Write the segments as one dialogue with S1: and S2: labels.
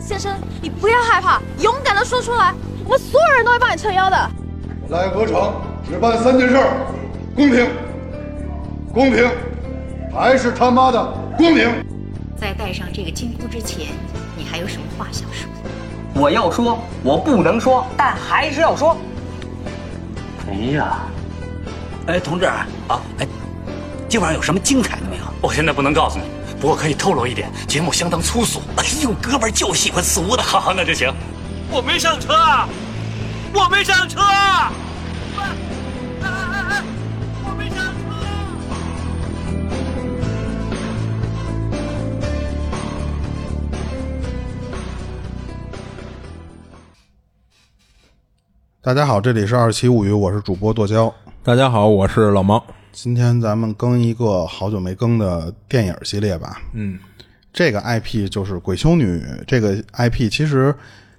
S1: 先生，你不要害怕，勇敢的说出来，我们所有人都会帮你撑腰的。
S2: 来鹅城只办三件事儿：公平、公平，还是他妈的公平。
S3: 在戴上这个金箍之前，你还有什么话想说？
S4: 我要说，我不能说，但还是要说。
S5: 哎呀，
S6: 哎，同志啊，哎，今晚有什么精彩的没有？
S5: 我现在不能告诉你，不过可以透露一点，节目相当粗俗。
S6: 哎呦，哥们儿就喜欢俗的。
S5: 好，那就行。
S7: 我没上车啊！我没上车啊！啊啊啊我没上车。
S8: 大家好，这里是《二七物语》，我是主播剁椒。
S9: 大家好，我是老猫。
S8: 今天咱们更一个好久没更的电影系列吧。
S9: 嗯，
S8: 这个 IP 就是《鬼修女》，这个 IP 其实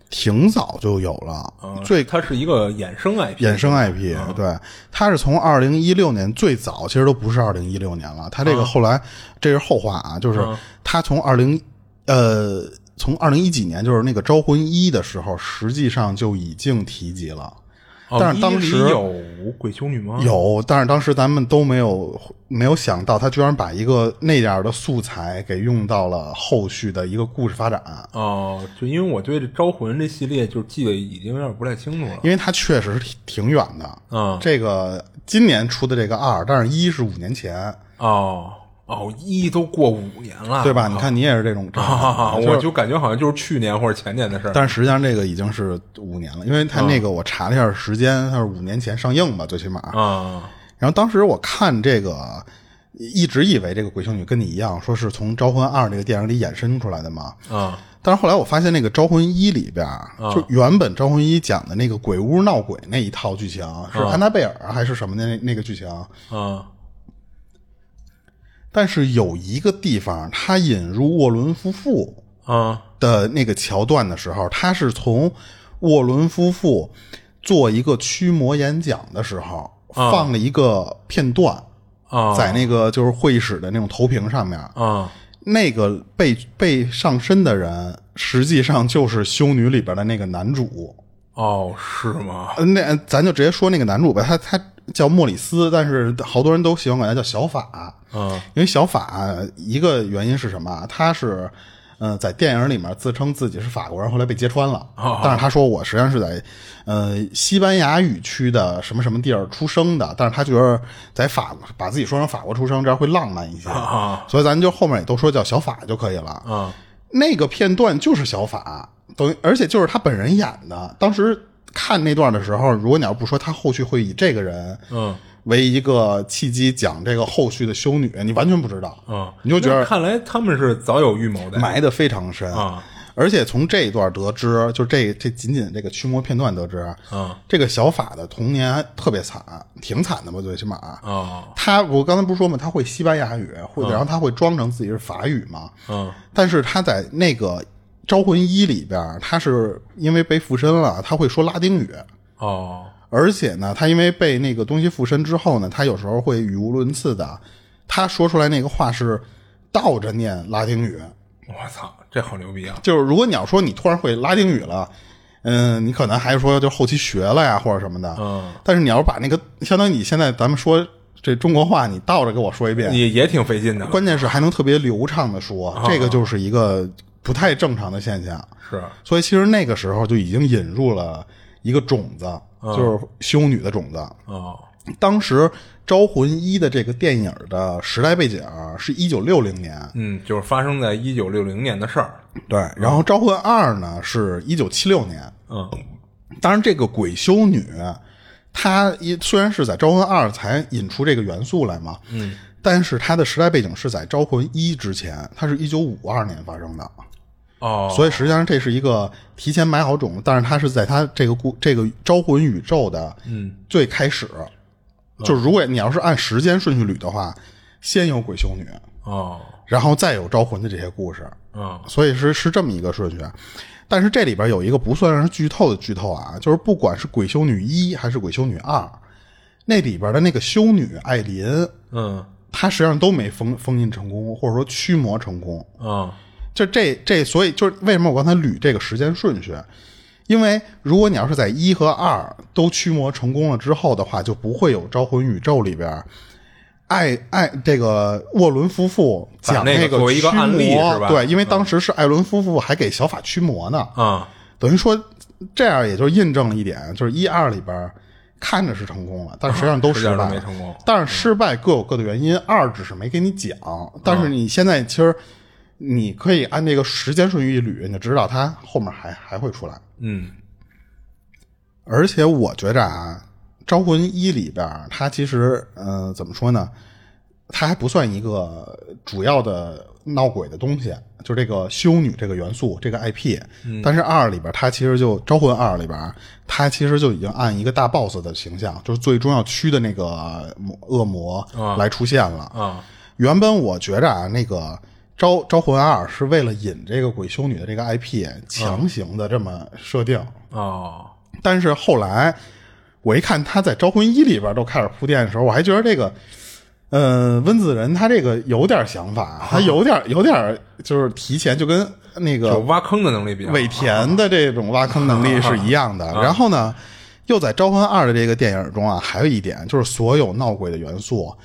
S8: 挺早就有了，最
S9: 它是一个衍生 IP，
S8: 衍生 IP，、对，
S9: 嗯
S8: 它是从二零一六年最早，其实都不是二零一六年了，它
S9: 嗯
S8: 这个后来、这是后话啊，就是它从二零呃从二零一几年，就是那个《招魂一》的时候，实际上就已经提及了，
S9: 哦
S8: 但是当时
S9: 一里有鬼修女吗？，
S8: 有，但是当时咱们都没有没有想到，他居然把一个那样的素材给用到了后续的一个故事发展，
S9: 哦，就因为我对这招魂这系列就是记得已经有点不太清楚了。
S8: 因为它确实是挺挺远的。
S9: 嗯
S8: 这个今年出的这个二，但是一是五年前，
S9: 哦哦，一都过五年了，
S8: 对吧？你看你也是这 种状态，
S9: 啊，
S8: 就是
S9: 我就感觉好像就是去年或者前年的事儿。
S8: 但是实际上这个已经是五年了，因为它那个我查了一下时间，它是五年前上映吧，最起码。
S9: 啊，
S8: 然后当时我看这个，一直以为这个鬼修女跟你一样，说是从《招魂二》这个电影里衍生出来的嘛。
S9: 啊，
S8: 但是后来我发现，那个《招魂一》里边，啊就原本《招魂一》讲的那个鬼屋闹鬼那一套剧情，是安娜贝尔还是什么的那那个剧情，
S9: 啊，
S8: 但是有一个地方，它引入沃伦夫妇
S9: 啊，
S8: 的那个桥段的时候，它是从沃伦夫妇做一个驱魔演讲的时候，放了一个片段，
S9: 啊，
S8: 在那个就是会议室的那种投屏上面，
S9: 啊，
S8: 那个被被上身的人，实际上就是《修女》里边的那个男主。
S9: 哦，是吗？
S8: 呃那咱就直接说那个男主吧，他他叫莫里斯，但是好多人都喜欢管他叫小法，
S9: 啊，
S8: 因为小法一个原因是什么啊？他是嗯、呃在电影里面自称自己是法国人，后来被揭穿了，但是他说我实际上是在呃西班牙语区的什么什么地儿出生的，但是他觉得在法把自己说成法国出生，这样会浪漫一些，所以咱就后面也都说叫小法就可以了。
S9: 啊，
S8: 那个片段就是小法，等于而且就是他本人演的。当时看那段的时候，如果你要不说他后续会以这个人，
S9: 嗯，
S8: 为一个契机讲这个后续的修女，你完全不知道，
S9: 啊，
S8: 你就觉
S9: 那
S8: 得
S9: 看来他们是早有预谋的。
S8: 埋的非常深
S9: 啊。
S8: 而且从这一段得知，就这这仅仅这个驱魔片段得知，
S9: 啊
S8: 这个小法的童年特别惨，挺惨的吧，最起码
S9: 啊
S8: 他我刚才不是说嘛，他会西班牙语，会然后他会装成自己是法语嘛，
S9: 啊
S8: 但是他在那个《招魂一》里边儿，他是因为被附身了，他会说拉丁语，
S9: 哦
S8: 而且呢，他因为被那个东西附身之后呢，他有时候会语无伦次的，他说出来那个话是倒着念拉丁语，
S9: 我操，这好牛逼啊！
S8: 就是如果你要说你突然会拉丁语了。嗯，你可能还是说就后期学了呀，或者什么的。
S9: 嗯，
S8: 但是你要是把那个，相当于你现在咱们说这中国话，你倒着给我说一遍，
S9: 也也挺费劲的，
S8: 关键是还能特别流畅的说，这个就是一个不太正常的现象。
S9: 是
S8: 所以其实那个时候就已经引入了一个种子，就是修女的种子。
S9: 哦
S8: 当时《招魂一》的这个电影的时代背景是一九六零年，
S9: 嗯，就是发生在一九六零年的事儿。
S8: 对，然后《招魂二》呢是一九七六年。
S9: 嗯
S8: 当然，这个鬼修女，她一虽然是在《招魂二》才引出这个元素来嘛，嗯，但是她的时代背景是在《招魂一》之前，它是一九五二年发生的。
S9: 哦，
S8: 所以实际上这是一个提前埋好种子，但是它是在它这个故这个招魂宇宙的
S9: 嗯
S8: 最开始，就是如果你要是按时间顺序捋的话，先有鬼修女，
S9: 哦
S8: 然后再有招魂的这些故事，
S9: 嗯
S8: 所以是是这么一个顺序。啊但是这里边有一个不算是剧透的剧透啊，就是不管是鬼修女一还是鬼修女二，那里边的那个修女艾琳，
S9: 嗯
S8: 她实际上都没封封印成功，或者说驱魔成功。
S9: 嗯
S8: 就这这，所以就是为什么我刚才捋这个时间顺序，因为如果你要是在一和二都驱魔成功了之后的话，就不会有《招魂宇宙》里边艾艾这个沃伦夫妇讲
S9: 把那个
S8: 个
S9: 作为一个
S8: 驱魔
S9: 案例是吧嗯
S8: 对，因为当时是艾伦夫妇还给小法驱魔呢，
S9: 啊、
S8: 等于说这样也就印证了一点，就是一二里边看着是成功了，但实际上都
S9: 啊实际
S8: 失
S9: 上
S8: 败了，
S9: 都没成功嗯
S8: 但是失败各有各的原因，二只是没给你讲，但
S9: 嗯
S8: 是你现在其实你可以按这个时间顺序一捋，你就知道它后面还还会出来。
S9: 嗯，
S8: 而且我觉着啊，《招魂一》里边儿它其实，呃，怎么说呢？它还不算一个主要的闹鬼的东西，啊就这个修女这个元素，这个 IP。但是二里边儿它其实就《招魂二》里边儿，它其实就已经按一个大 boss 的形象，就是最终要驱的那个魔恶魔来出现了。
S9: 啊
S8: 原本我觉着啊，那个招招魂二是为了引这个鬼修女的这个 IP 强行的这么设定，
S9: 哦，
S8: 但是后来我一看他在《招魂一》里边都开始铺垫的时候，我还觉得这个，呃，温子仁他这个有点想法，他有点有点就是提前就跟那
S9: 就
S8: 个
S9: 挖坑的能力比较好啊
S8: 尾田的这种挖坑能力是一样的。然后呢，又在《招魂二》的这个电影中啊，还有一点就是所有闹鬼的元素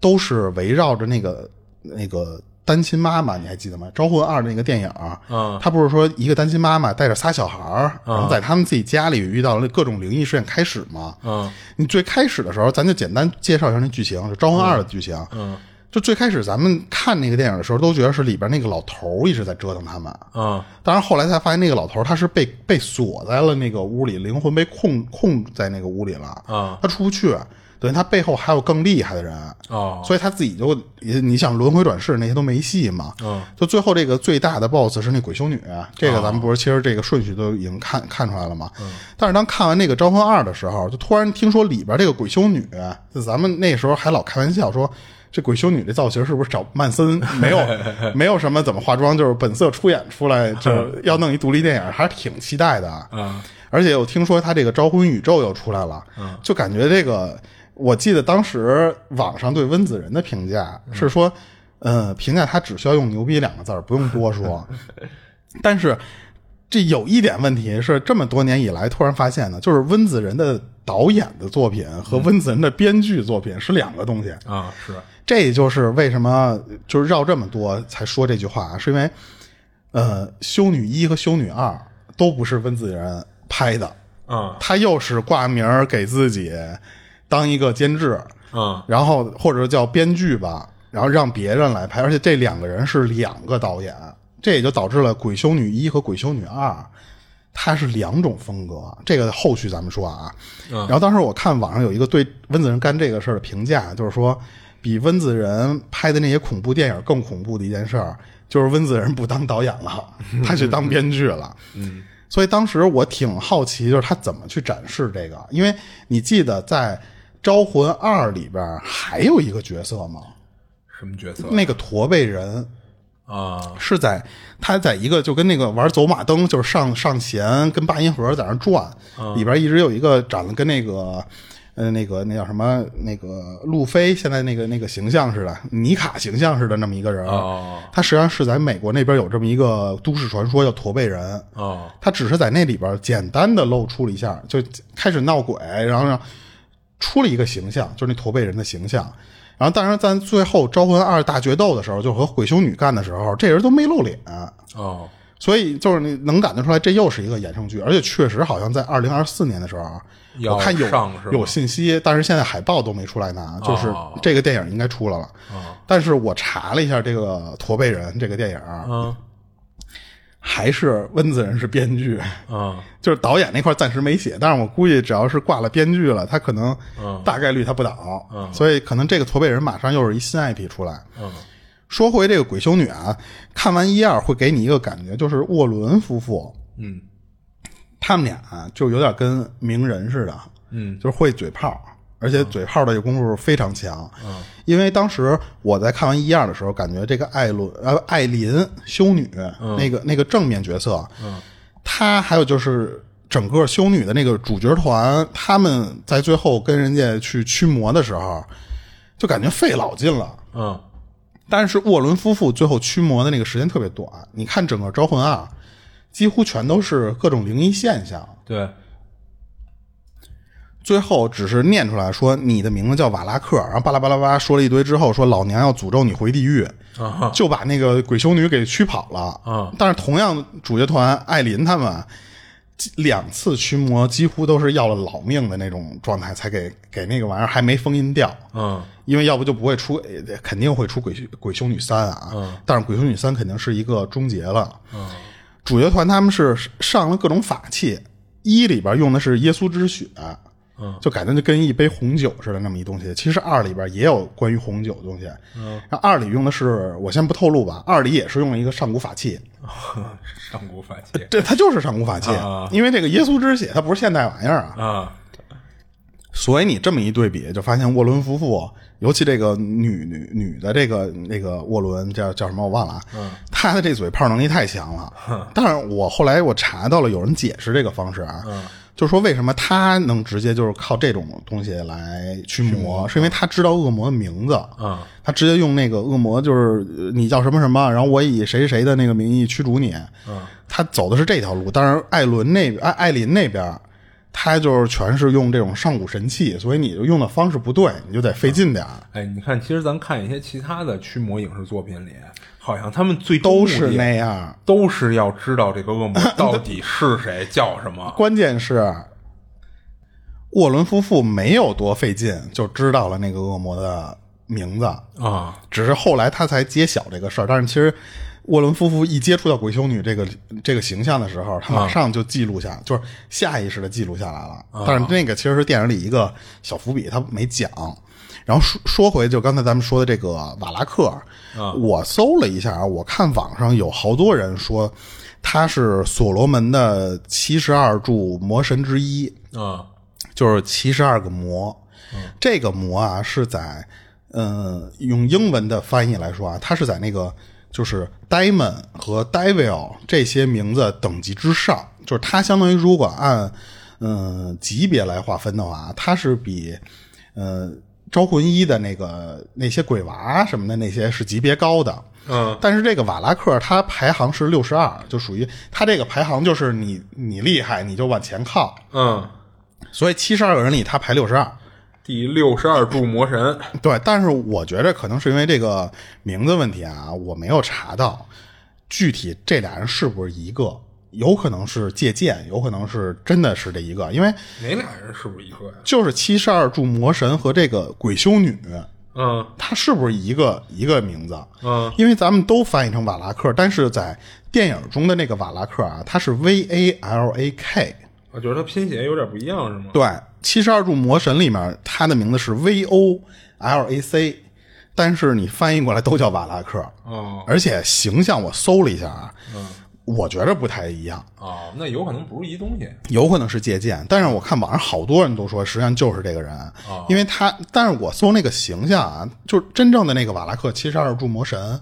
S8: 都是围绕着那个那个。单亲妈妈，你还记得吗？《招魂二》那个电影，
S9: 嗯
S8: 他不是说一个单亲妈妈带着仨小孩
S9: 啊
S8: 儿，然后在他们自己家里遇到了各种灵异事件开始吗？
S9: 嗯，
S8: 你最开始的时候，咱就简单介绍一下那剧情，就《招魂二》的剧情。嗯，就最开始咱们看那个电影的时候，都觉得是里边那个老头儿一直在折腾他们。
S9: 啊
S8: 当然后来才发现，那个老头儿他是被被锁在了那个屋里，灵魂被控控在那个屋里了，
S9: 啊
S8: 他出不去。等于他背后还有更厉害的人，
S9: 哦
S8: 所以他自己就也你想轮回转世那些都没戏嘛。
S9: 嗯
S8: 就最后这个最大的 BOSS 是那鬼修女，这个咱们不是其实这个顺序都已经看看出来了嘛。
S9: 嗯
S8: 但是当看完那个《招魂二》的时候，就突然听说里边这个鬼修女，就咱们那时候还老开玩笑说。这鬼修女这造型是不是找曼 森没有没有什么怎么化妆，就是本色出演出来，就是要弄一独立电影，还是挺期待的。啊
S9: 嗯，
S8: 而且我听说他这个《招魂宇宙》又出来了，就感觉这个，我记得当时网上对温子仁的评价是说，呃，评价他只需要用“牛逼”两个字儿，不用多说。但是这有一点问题是，这么多年以来突然发现呢，就是温子仁的导演的作品和温子仁的编剧作品是两个东西。
S9: 啊是
S8: 这也就是为什么就是绕这么多才说这句话，啊是因为呃，修女一和修女二都不是温子仁拍的，
S9: 啊
S8: 他又是挂名儿给自己当一个监制，
S9: 啊
S8: 然后或者叫编剧吧，然后让别人来拍，而且这两个人是两个导演，这也就导致了《鬼修女一》和《鬼修女二》，它是两种风格。这个后续咱们说啊。然后当时我看网上有一个对温子仁干这个事儿的评价，就是说比温子仁拍的那些恐怖电影更恐怖的一件事儿，就是温子仁不当导演了，他去当编剧了。嗯。所以当时我挺好奇，就是他怎么去展示这个，因为你记得在《招魂二》里边儿还有一个角色吗？
S9: 什么角色
S8: 那个驼背人
S9: 啊
S8: 是在他在一个就跟那个玩走马灯，就是上上弦跟八音盒在那转，
S9: 嗯
S8: 里边一直有一个长得跟那个。呃，那个那叫什么？那个路飞现在那个那个形象似的，尼卡形象似的那么一个人，
S9: 哦
S8: 他实际上是在美国那边有这么一个都市传说叫驼背人，
S9: 哦
S8: 他只是在那里边简单的露出了一下，就开始闹鬼，然后让出了一个形象，就是那驼背人的形象。然后，当然，在最后《招魂二》大决斗的时候，就和鬼修女干的时候，这人都没露脸，
S9: 哦
S8: 所以就是你能感觉出来，这又是一个衍生剧，而且确实好像在二零二四年的时候，啊
S9: 要
S8: 我看有
S9: 上是吧
S8: 有信息，但是现在海报都没出来呢，就是
S9: 哦
S8: 这个电影应该出来了。但是我查了一下这个驼背人这个电影，
S9: 啊
S8: 还是温子仁是编剧，
S9: 啊
S8: 就是导演那块暂时没写，但是我估计只要是挂了编剧了，他可能大概率他不导，所以可能这个驼背人马上又是一新 IP 出来。说回这个鬼修女啊，看完一二会给你一个感觉，就是沃伦夫妇，
S9: 嗯，
S8: 他们俩啊就有点跟名人似的，
S9: 嗯
S8: 就是会嘴炮，而且嘴炮的这功夫非常强。嗯，因为当时我在看完一二的时候，感觉这个艾伦呃艾琳修女、那个那个正面角色，嗯，她还有就是整个修女的那个主角团，他们在最后跟人家去驱魔的时候，就感觉费老劲了。
S9: 嗯
S8: 但是沃伦夫妇最后驱魔的那个时间特别短，你看整个《招魂二》，几乎全都是各种灵异现象，
S9: 对，
S8: 最后只是念出来说你的名字叫瓦拉克，然后巴拉巴拉巴拉说了一堆之后，说老娘要诅咒你回地狱，
S9: 嗯
S8: 就把那个鬼修女给驱跑了。
S9: 啊
S8: 但是同样主角团艾琳他们几两次驱魔几乎都是要了老命的那种状态，才给给那个玩意儿还没封印掉。
S9: 嗯，
S8: 因为要不就不会出，呃肯定会出鬼修鬼修女三啊。但是鬼修女三肯定是一个终结了。嗯，主角团他们是上了各种法器，一里边用的是耶稣之血，嗯，就感觉就跟一杯红酒似的那么一东西。其实二里边也有关于红酒的东西。嗯，二里用的是我先不透露吧，二里也是用了一个上古法器，
S9: 上古法器
S8: 这它就是上古法器，
S9: 啊
S8: 因为这个耶稣之血它不是现代玩意儿啊。
S9: 啊，
S8: 所以你这么一对比，就发现沃伦夫妇，尤其这个女女女的这个那个沃伦叫叫什么我忘了啊，她的这嘴炮能力太强了。但是我后来我查到了，有人解释这个方式啊，就是说为什么她能直接就是靠这种东西来驱魔，是因为她知道恶魔的名字
S9: 嗯
S8: 她直接用那个恶魔就是呃你叫什么什么，然后我以谁谁谁的那个名义驱逐你。
S9: 啊
S8: 她走的是这条路，当然艾伦那艾艾琳那边。他就是全是用这种上古神器，所以你就用的方式不对，你就得费劲点儿。
S9: 哎，你看，其实咱看一些其他的驱魔影视作品里，好像他们最终
S8: 都
S9: 目
S8: 是
S9: 的
S8: 那样。
S9: 都是要知道这个 恶魔到底是谁，叫什么。
S8: 关键是沃伦夫妇没有多费劲就知道了那个恶魔的名字，
S9: 啊
S8: 只是后来他才揭晓这个事儿。但是其实沃伦夫妇一接触到鬼修女这个这个形象的时候，他马上就记录下，就是下意识的记录下来了。但是那个其实是电影里一个小伏笔，他没讲。然后说说回就刚才咱们说的这个瓦拉克，我搜了一下啊，我看网上有好多人说他是所罗门的七十二柱魔神之一。
S9: 啊
S8: 就是七十二个魔。这个魔啊是在，呃，用英文的翻译来说啊，它是在那个就是 Demon 和 Devil 这些名字等级之上，就是它相当于如果按嗯、呃级别来划分的话，它是比呃招魂一的那个那些鬼娃什么的那些是级别高的。
S9: 嗯，
S8: 但是这个瓦拉克他排行是六十二，就属于他这个排行就是你你厉害你就往前靠，
S9: 嗯，
S8: 所以七十二个人里他排六十二。
S9: 第六十二柱魔神
S8: 对，但是我觉着可能是因为这个名字问题啊，我没有查到具体这俩人是不是一个，有可能是借鉴，有可能是真的是这一个，因为
S9: 哪俩人是不是一个呀？
S8: 就是七十二柱魔神和这个鬼修女，
S9: 嗯
S8: 她是不是一个一个名字？
S9: 嗯，
S8: 因为咱们都翻译成瓦拉克，但是在电影中的那个瓦拉克啊，它是 V A L A K，
S9: 我觉得他拼写有点不一样，是吗？
S8: 对，七十二柱魔神里面，它的名字是 V O L A C，但是你翻译过来都叫瓦拉克。
S9: 哦
S8: 而且形象我搜了一下啊，我觉着不太一样，
S9: 哦，那有可能不是一东西。
S8: 有可能是借鉴。但是我看网上好多人都说，实际上就是这个人，因为他，但是我搜那个形象啊，就是真正的那个瓦拉克七十二柱魔神。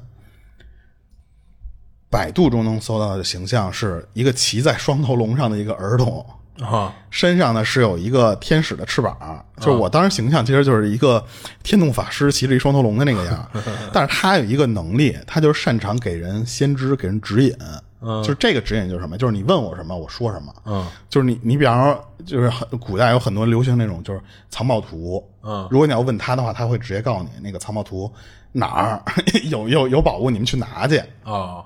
S8: 百度中能搜到的形象是一个骑在双头龙上的一个儿童，
S9: 啊
S8: 身上呢是有一个天使的翅膀，就是我当时形象其实就是一个天动法师骑着一双头龙的那个样儿，但是他有一个能力，他就是擅长给人先知、给人指引。就是这个指引就是什么？就是你问我什么，我说什么。
S9: 嗯，
S8: 就是你，你比方说，就是很古代有很多流行那种就是藏宝图。
S9: 嗯
S8: 如果你要问他的话，他会直接告诉你那个藏宝图哪儿 有有有宝物，你们去拿去。
S9: 啊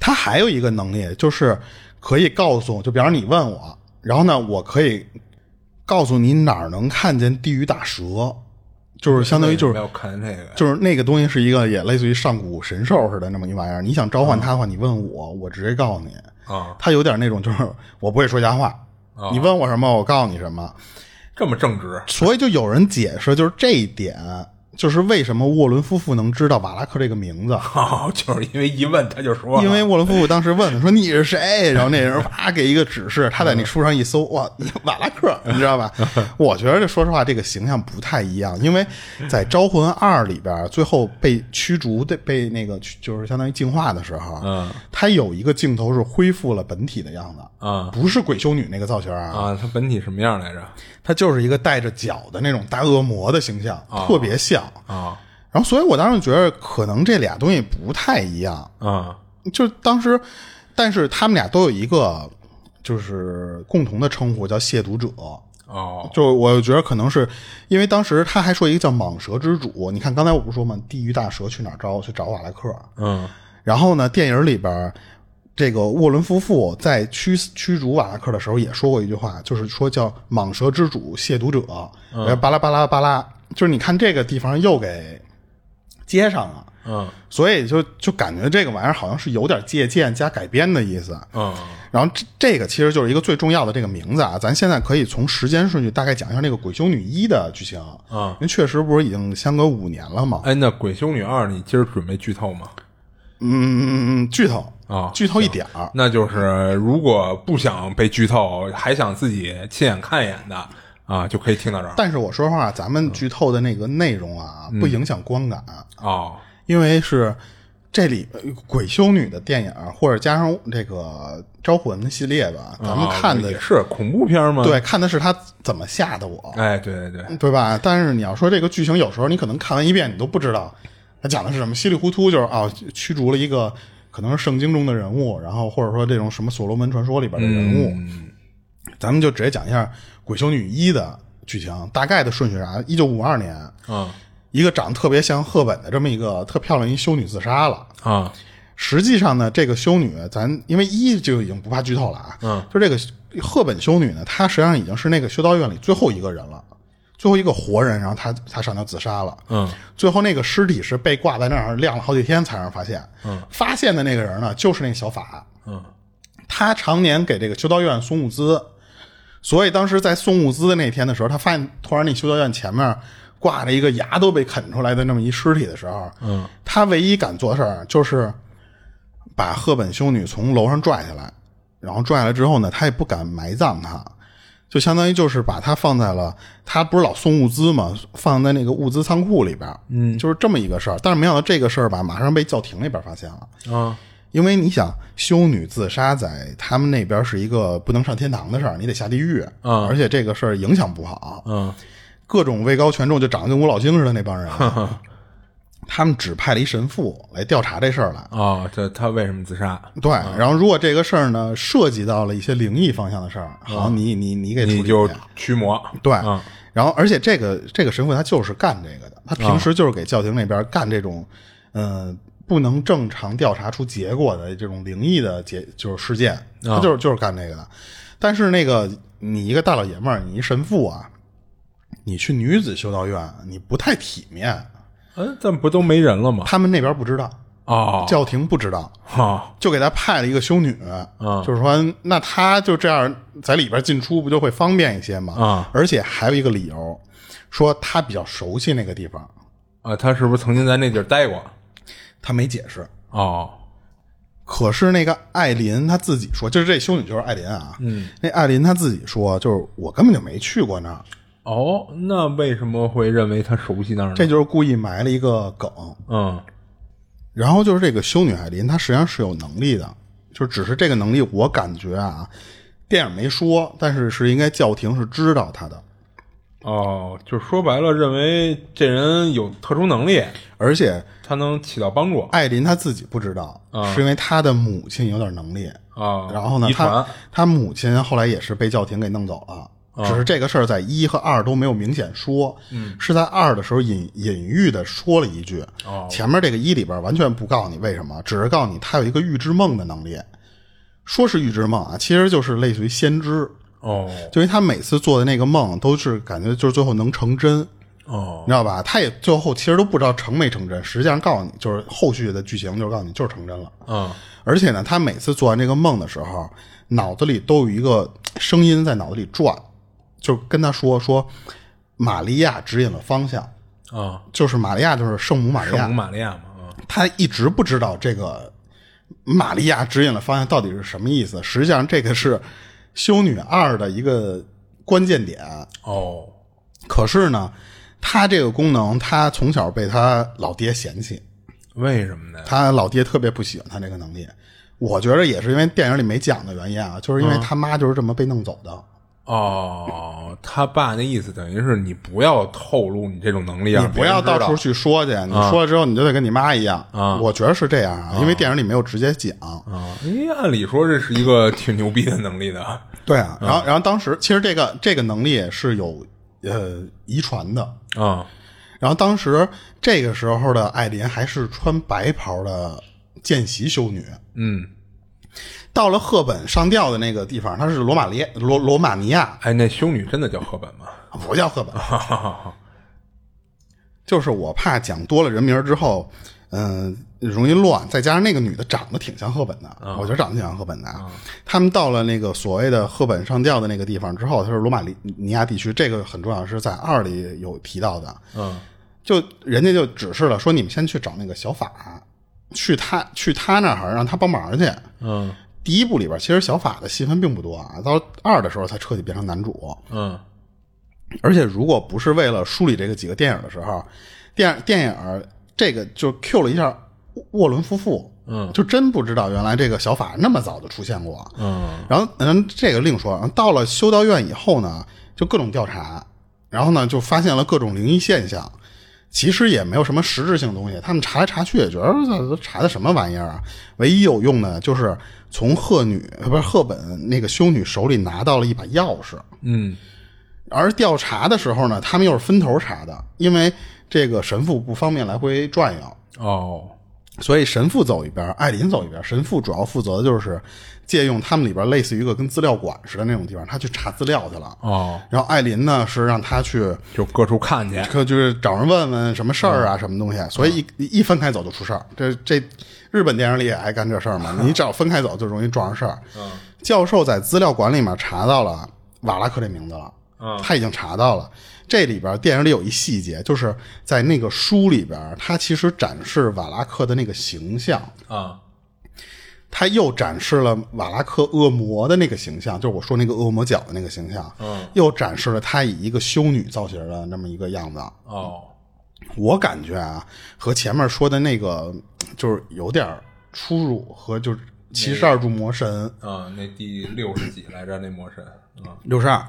S8: 他还有一个能力，就是可以告诉，就比方说你问我，然后呢，我可以告诉你哪儿能看见地狱大蛇，就是相当于就
S9: 为什
S8: 是
S9: 么要看这个呀，
S8: 就是那个东西是一个也类似于上古神兽似的那么一玩意儿。你想召唤它的话，你问我，我直接告诉你。
S9: 啊，
S8: 它有点那种就是我不会说瞎话，你问我什么，我告诉你什么。
S9: 这么正直
S8: 所以就有人解释，就是这一点，就是为什么沃伦夫妇能知道瓦拉克这个名字。
S9: 啊， 就是因为一问他就说了，
S8: 因为沃伦夫妇当时问他说你是谁，然后那人啪给一个指示，他在那书上一搜，哇，瓦拉克，你知道 吧？我觉得说实话，这个形象不太一样，因为在《招魂二》里边，最后被驱逐的被那个驱就是相当于净化的时候，
S9: 嗯，
S8: 他有一个镜头是恢复了本体的样子，
S9: 嗯
S8: 不是鬼修女那个造型啊，
S9: 啊，他本体什么样来着？哦
S8: 他就是一个带着脚的那种大恶魔的形象，特别像
S9: 啊。
S8: 然后，所以我当时觉得可能这俩东西不太一样，
S9: 啊，
S8: 就是当时，但是他们俩都有一个就是共同的称呼叫亵渎者。
S9: 哦，
S8: 就我觉得可能是因为当时他还说一个叫蟒蛇之主，你看刚才我不是说吗？地狱大蛇去哪儿招？去找瓦莱克。
S9: 嗯，
S8: 然后呢，电影里边儿这个沃伦夫妇在驱驱逐瓦拉克的时候也说过一句话，就是说叫“蟒蛇之主，亵渎者”，然后巴拉巴拉巴拉，就是你看这个地方又给接上了，
S9: 嗯，
S8: 所以就就感觉这个玩意儿好像是有点借鉴加改编的意思，
S9: 嗯，
S8: 然后这这个其实就是一个最重要的这个名字啊，咱现在可以从时间顺序大概讲一下那个《鬼修女一》的剧情
S9: 嗯
S8: 因为确实不是已经相隔五年了嘛，
S9: 哎，那《鬼修女二》你今儿准备剧透吗？
S8: 嗯嗯嗯嗯，剧透
S9: 啊
S8: 剧透一点儿，
S9: 那就是如果不想被剧透，还想自己亲眼看一眼的啊，就可以听到这儿。
S8: 但是我说实话，咱们剧透的那个内容啊，
S9: 嗯
S8: 不影响观感，啊
S9: 哦，
S8: 因为是这里呃鬼修女的电影，啊或者加上这个招魂的系列吧，咱们
S9: 啊
S8: 看的、
S9: 也是恐怖片吗？
S8: 对，，看的是他怎么吓的我，
S9: 哎，对对对，
S8: 对吧？但是你要说这个剧情，有时候你可能看完一遍，你都不知道他讲的是什么，稀里糊涂就是啊，驱逐了一个可能是圣经中的人物，然后或者说这种什么所罗门传说里边的人物。咱们就直接讲一下《鬼修女一》的剧情，大概的顺序是啥？一九五二年，
S9: 啊
S8: 一个长得特别像赫本的这么一个特漂亮一修女自杀了。
S9: 啊
S8: 实际上呢，这个修女，咱因为一就已经不怕剧透了啊，
S9: 嗯，
S8: 就这个赫本修女呢，她实际上已经是那个修道院里最后一个人了，最后一个活人，然后她她上吊自杀了，
S9: 嗯，
S8: 最后那个尸体是被挂在那儿晾了好几天才让人发现，嗯，发现的那个人呢，就是那小法，
S9: 嗯，
S8: 他常年给这个修道院送物资，所以当时在送物资的那天的时候，他发现突然那修道院前面挂着一个牙都被啃出来的那么一尸体的时候，嗯，他唯一敢做的事儿就是把赫本修女从楼上拽下来，然后拽下来之后呢，他也不敢埋葬她，就相当于就是把她放在了他不是老送物资嘛，放在那个物资仓库里边，嗯，就是这么一个事儿。但是没想到这个事儿吧，马上被教廷那边发现了，
S9: 啊
S8: 因为你想，修女自杀在他们那边是一个不能上天堂的事儿，你得下地狱
S9: 嗯
S8: 而且这个事儿影响不好，
S9: 嗯
S8: 各种位高权重就长得跟五老精似的那帮 人，他们只派了一神父来调查这事儿来。
S9: 啊，这他为什么自杀？
S8: 对，然后如果这个事儿呢涉及到了一些灵异方向的事儿，好，你你你给处理
S9: 嗯你
S8: 一
S9: 就
S8: 下
S9: 驱魔。
S8: 对
S9: 嗯，
S8: 然后而且这个这个神父他就是干这个的，他平时就是给教廷那边干这种，嗯，不能正常调查出结果的这种灵异的结就是事件，
S9: 啊
S8: 他就是就是干这个的。但是那个你一个大老爷们儿，你一神父啊，你去女子修道院，你不太体面，
S9: 嗯，但不都没人了吗？
S8: 他们那边不知道，
S9: 哦，
S8: 教廷不知道。
S9: 啊
S8: 就给他派了一个修女，就是说，那他就这样在里边进出，不就会方便一些吗？
S9: 啊
S8: 而且还有一个理由，说他比较熟悉那个地方，
S9: 啊，他是不是曾经在那地儿待过？
S8: 他没解释。
S9: 哦，
S8: 可是那个艾琳她自己说，就是这修女就是艾琳啊，嗯，那艾琳她自己说，就是我根本就没去过那儿，
S9: 哦，那为什么会认为他熟悉那儿呢？
S8: 这就是故意埋了一个梗。
S9: 嗯
S8: 然后就是这个修女艾琳，她实际上是有能力的，就只是这个能力，我感觉啊，电影没说，但是是应该教廷是知道她的。
S9: 哦，就是说白了，认为这人有特殊能力，
S8: 而且
S9: 他能起到帮助
S8: 艾琳她自己不知道，是因为她的母亲有点能力。
S9: 啊。
S8: 然后呢
S9: 遗，
S8: 她
S9: 传
S8: 她母亲后来也是被教廷给弄走了，
S9: 啊
S8: 只是这个事儿在一和二都没有明显说，
S9: 嗯
S8: 是在二的时候隐隐喻的说了一句。
S9: 哦
S8: 前面这个一里边完全不告诉你为什么，只是告诉你她有一个预知梦的能力。说是预知梦啊，其实就是类似于先知，
S9: 哦
S8: 就因为她每次做的那个梦都是感觉就是最后能成真。
S9: 哦
S8: 你知道吧？他也最后其实都不知道成没成真，实际上告诉你，就是后续的剧情就是告诉你就是成真了。
S9: 嗯
S8: 而且呢，他每次做完这个梦的时候，脑子里都有一个声音在脑子里转，就跟他说说，玛利亚指引了方向，
S9: 啊，
S8: 就是玛利亚就是圣母玛利
S9: 圣母
S8: 亚，
S9: 玛利亚嘛嗯
S8: 他一直不知道这个玛利亚指引了方向到底是什么意思。实际上，这个是修女二的一个关键点。
S9: 啊哦
S8: 可是呢，他这个功能，他从小被他老爹嫌弃，
S9: 为什么呢？
S8: 他老爹特别不喜欢他这个能
S9: 嗯
S8: 力。我觉得也是因为电影里没讲的原因啊，就是因为他妈就是这么被弄走的，
S9: 哦，他爸那意思等于是你不要透露你这种能力，
S8: 你
S9: 让别
S8: 不
S9: 人
S8: 要
S9: 知道嗯
S8: 到处去说去，你说了之后你就得跟你妈一样。
S9: 啊
S8: 我觉得是这样啊，
S9: 嗯
S8: 因为电影里没有直接讲。
S9: 啊！哎，按理说这是一个挺牛逼的能力的
S8: 对啊，
S9: 嗯
S8: 然后然后当时其实这个这个能力是有呃遗传的。
S9: 啊
S8: 然后当时这个时候的艾琳还是穿白袍的见习修女。
S9: 嗯，
S8: 到了赫本上吊的那个地方，她是罗马列罗罗马尼亚，
S9: 哎，那修女真的叫赫本吗？
S8: 不叫赫本，
S9: 啊
S8: 就是我怕讲多了人名儿之后，嗯、容易乱。再加上那个女的长得挺像赫本的，我觉得长得挺像赫本的。啊。他们到了那个所谓的赫本上吊的那个地方之后，他是罗马尼尼亚地区，这个很重要，是在二里有提到的。
S9: 嗯，
S8: 就人家就指示了，说你们先去找那个小法，去他去他那儿让他帮忙去。
S9: 嗯
S8: 第一部里边其实小法的戏份并不多啊，到二的时候才彻底变成男主。
S9: 嗯
S8: 而且如果不是为了梳理这个几个电影的时候，电电影这个就 Q 了一下沃沃伦夫妇，
S9: 嗯
S8: 就真不知道原来这个小法那么早就出现过。
S9: 嗯
S8: 然后，嗯，这个另说。然后到了修道院以后呢，就各种调查，然后呢就发现了各种灵异现象，其实也没有什么实质性的东西。他们查来查去也觉得这都查的什么玩意儿啊？唯一有用的就是从赫女呃不是赫本那个修女手里拿到了一把钥匙。
S9: 嗯
S8: 而调查的时候呢，他们又是分头查的，因为这个神父不方便来回转悠，
S9: 哦
S8: 所以神父走一边，艾琳走一边。神父主要负责的就是借用他们里边类似于一个跟资料馆似的那种地方，他去查资料去了。
S9: 哦，
S8: 然后艾琳呢是让他去，
S9: 就各处看去。
S8: 可就是找人问问什么事儿啊，什么东西。所以一一分开走就出事儿。这这日本电影里也爱干这事儿嘛，你只要分开走就容易撞上事儿。
S9: 嗯
S8: 教授在资料馆里面查到了瓦拉克这名字了。他已经查到了。这里边电影里有一细节，就是在那个书里边，他其实展示瓦拉克的那个形象，
S9: 啊
S8: 他又展示了瓦拉克恶魔的那个形象，就是我说那个恶魔角的那个形象，
S9: 嗯，
S8: 又展示了他以一个修女造型的那么一个样子。
S9: 哦
S8: 我感觉啊，和前面说的那个就是有点出入，和就是七十二柱魔神
S9: 啊，那第六十几来着那魔神啊
S8: 六十二。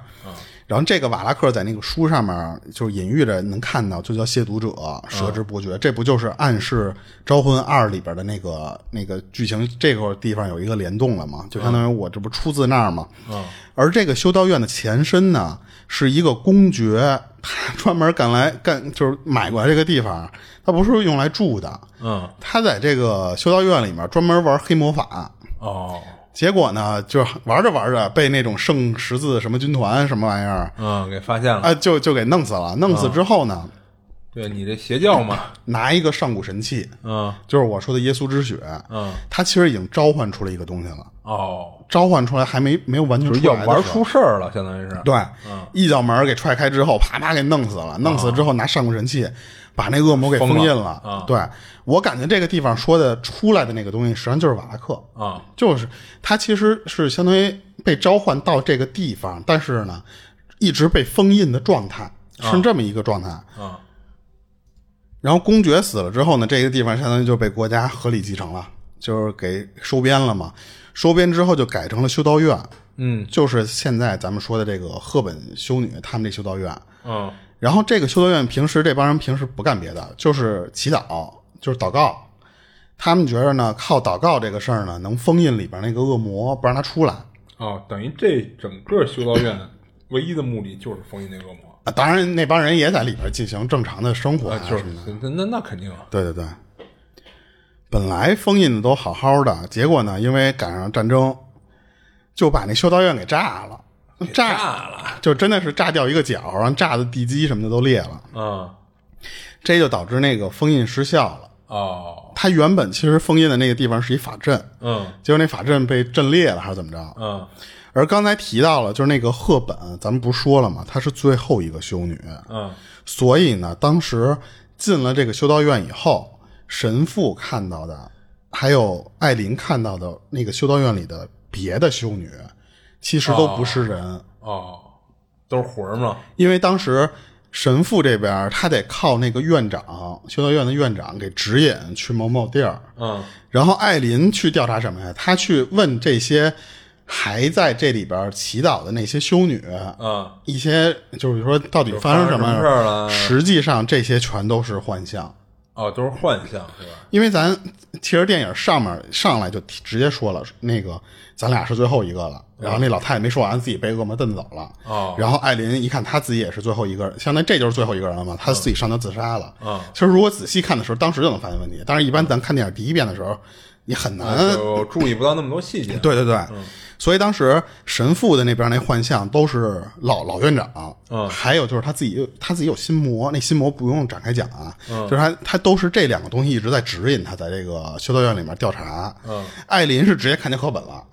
S8: 然后这个瓦拉克在那个书上面就是隐喻着能看到，就叫亵渎者、蛇之伯爵，这不就是暗示《招魂二》里边的那个那个剧情这个地方有一个联动了嘛？就相当于我这不出自那儿嘛。
S9: 嗯
S8: 而这个修道院的前身呢，是一个公爵，他专门干来干就是买过来这个地方，他不是用来住的，
S9: 嗯
S8: 他在这个修道院里面专门玩黑魔法。
S9: 哦
S8: 结果呢，就是玩着玩着被那种圣十字什么军团什么玩意儿
S9: 嗯，给发现了。
S8: 啊，就就给弄死了。弄死之后呢，
S9: 对你这邪教嘛，
S8: 拿一个上古神器，
S9: 嗯
S8: 就是我说的耶稣之血。
S9: 嗯
S8: 他其实已经召唤出来一个东西了，
S9: 哦，
S8: 召唤出来还没没有完全
S9: 就是
S8: 出
S9: 要
S8: 来的
S9: 玩
S8: 时候
S9: 出嗯事儿了，相当于是。
S8: 对，一脚门给踹开之后，啪啪给弄死了。弄死之后拿上古神器把那恶魔给封印
S9: 嗯封了
S8: 了
S9: 啊。
S8: 对我感觉这个地方说的出来的那个东西，实际上就是瓦拉克。
S9: 啊，
S8: 就是他其实是相当于被召唤到这个地方，但是呢，一直被封印的状态是这么一个状态。
S9: 啊
S8: 然后公爵死了之后呢，这个地方相当于就被国家合理继承了，就是给收编了嘛。收编之后就改成了修道院，
S9: 嗯
S8: 就是现在咱们说的这个赫本修女他们这修道院。
S9: 嗯
S8: 然后这个修道院平时这帮人平时不干别的，就是祈祷，就是祷告。他们觉着呢，靠祷告这个事儿呢，能封印里边那个恶魔，不让他出来。
S9: 哦，等于这整个修道院唯一的目的就是封印那恶魔，
S8: 啊，当然那帮人也在里边进行正常的生活
S9: 啊
S8: 啊，
S9: 就是
S8: 什么的。
S9: 那那那肯定啊，
S8: 对对对，本来封印的都好好的，结果呢，因为赶上战争，就把那修道院给炸了，
S9: 炸了
S8: 就真的是炸掉一个角，然后炸的地基什么的都裂了，
S9: 嗯
S8: 这就导致那个封印失效了。
S9: 哦
S8: 它原本其实封印的那个地方是一法阵，
S9: 嗯
S8: 结果那法阵被震裂了还是怎么着？
S9: 嗯
S8: 而刚才提到了，就是那个赫本，咱们不是说了吗？她是最后一个修女，
S9: 嗯
S8: 所以呢，当时进了这个修道院以后，神父看到的，还有艾琳看到的那个修道院里的别的修女，其实都不是人，
S9: 哦，都是魂儿嘛，
S8: 因为当时神父这边他得靠那个院长，修道院的院长给指引去某某地儿。
S9: 嗯
S8: 然后艾琳去调查什么呀？她去问这些还在这里边祈祷的那些修女，
S9: 嗯，
S8: 一些就是说到底发生什么
S9: 就发生什么事儿了
S8: 实际上这些全都是幻象。
S9: 哦，都是幻象是吧？
S8: 因为咱其实电影上面上来就提直接说了，那个咱俩是最后一个了。然后那老太太没说完，自己被恶魔蹬走了。
S9: 哦
S8: 然后艾琳一看，她自己也是最后一个人，相当于这就是最后一个人了嘛，她自己上吊自杀了。
S9: 嗯
S8: 其实如果仔细看的时候，当时就能发现问题。但是，一般咱看电影第一遍的时候，你很难
S9: 那啊就注意不到那么多细节。，
S8: 对对对，
S9: 嗯
S8: 所以当时神父的那边那幻象都是老老院长，
S9: 嗯
S8: 还有就是他自己他自己有心魔，那心魔不用展开讲啊，
S9: 嗯
S8: 就是他他都是这两个东西一直在指引他在这个修道院里面调查。
S9: 嗯，
S8: 艾琳是直接看见课本了，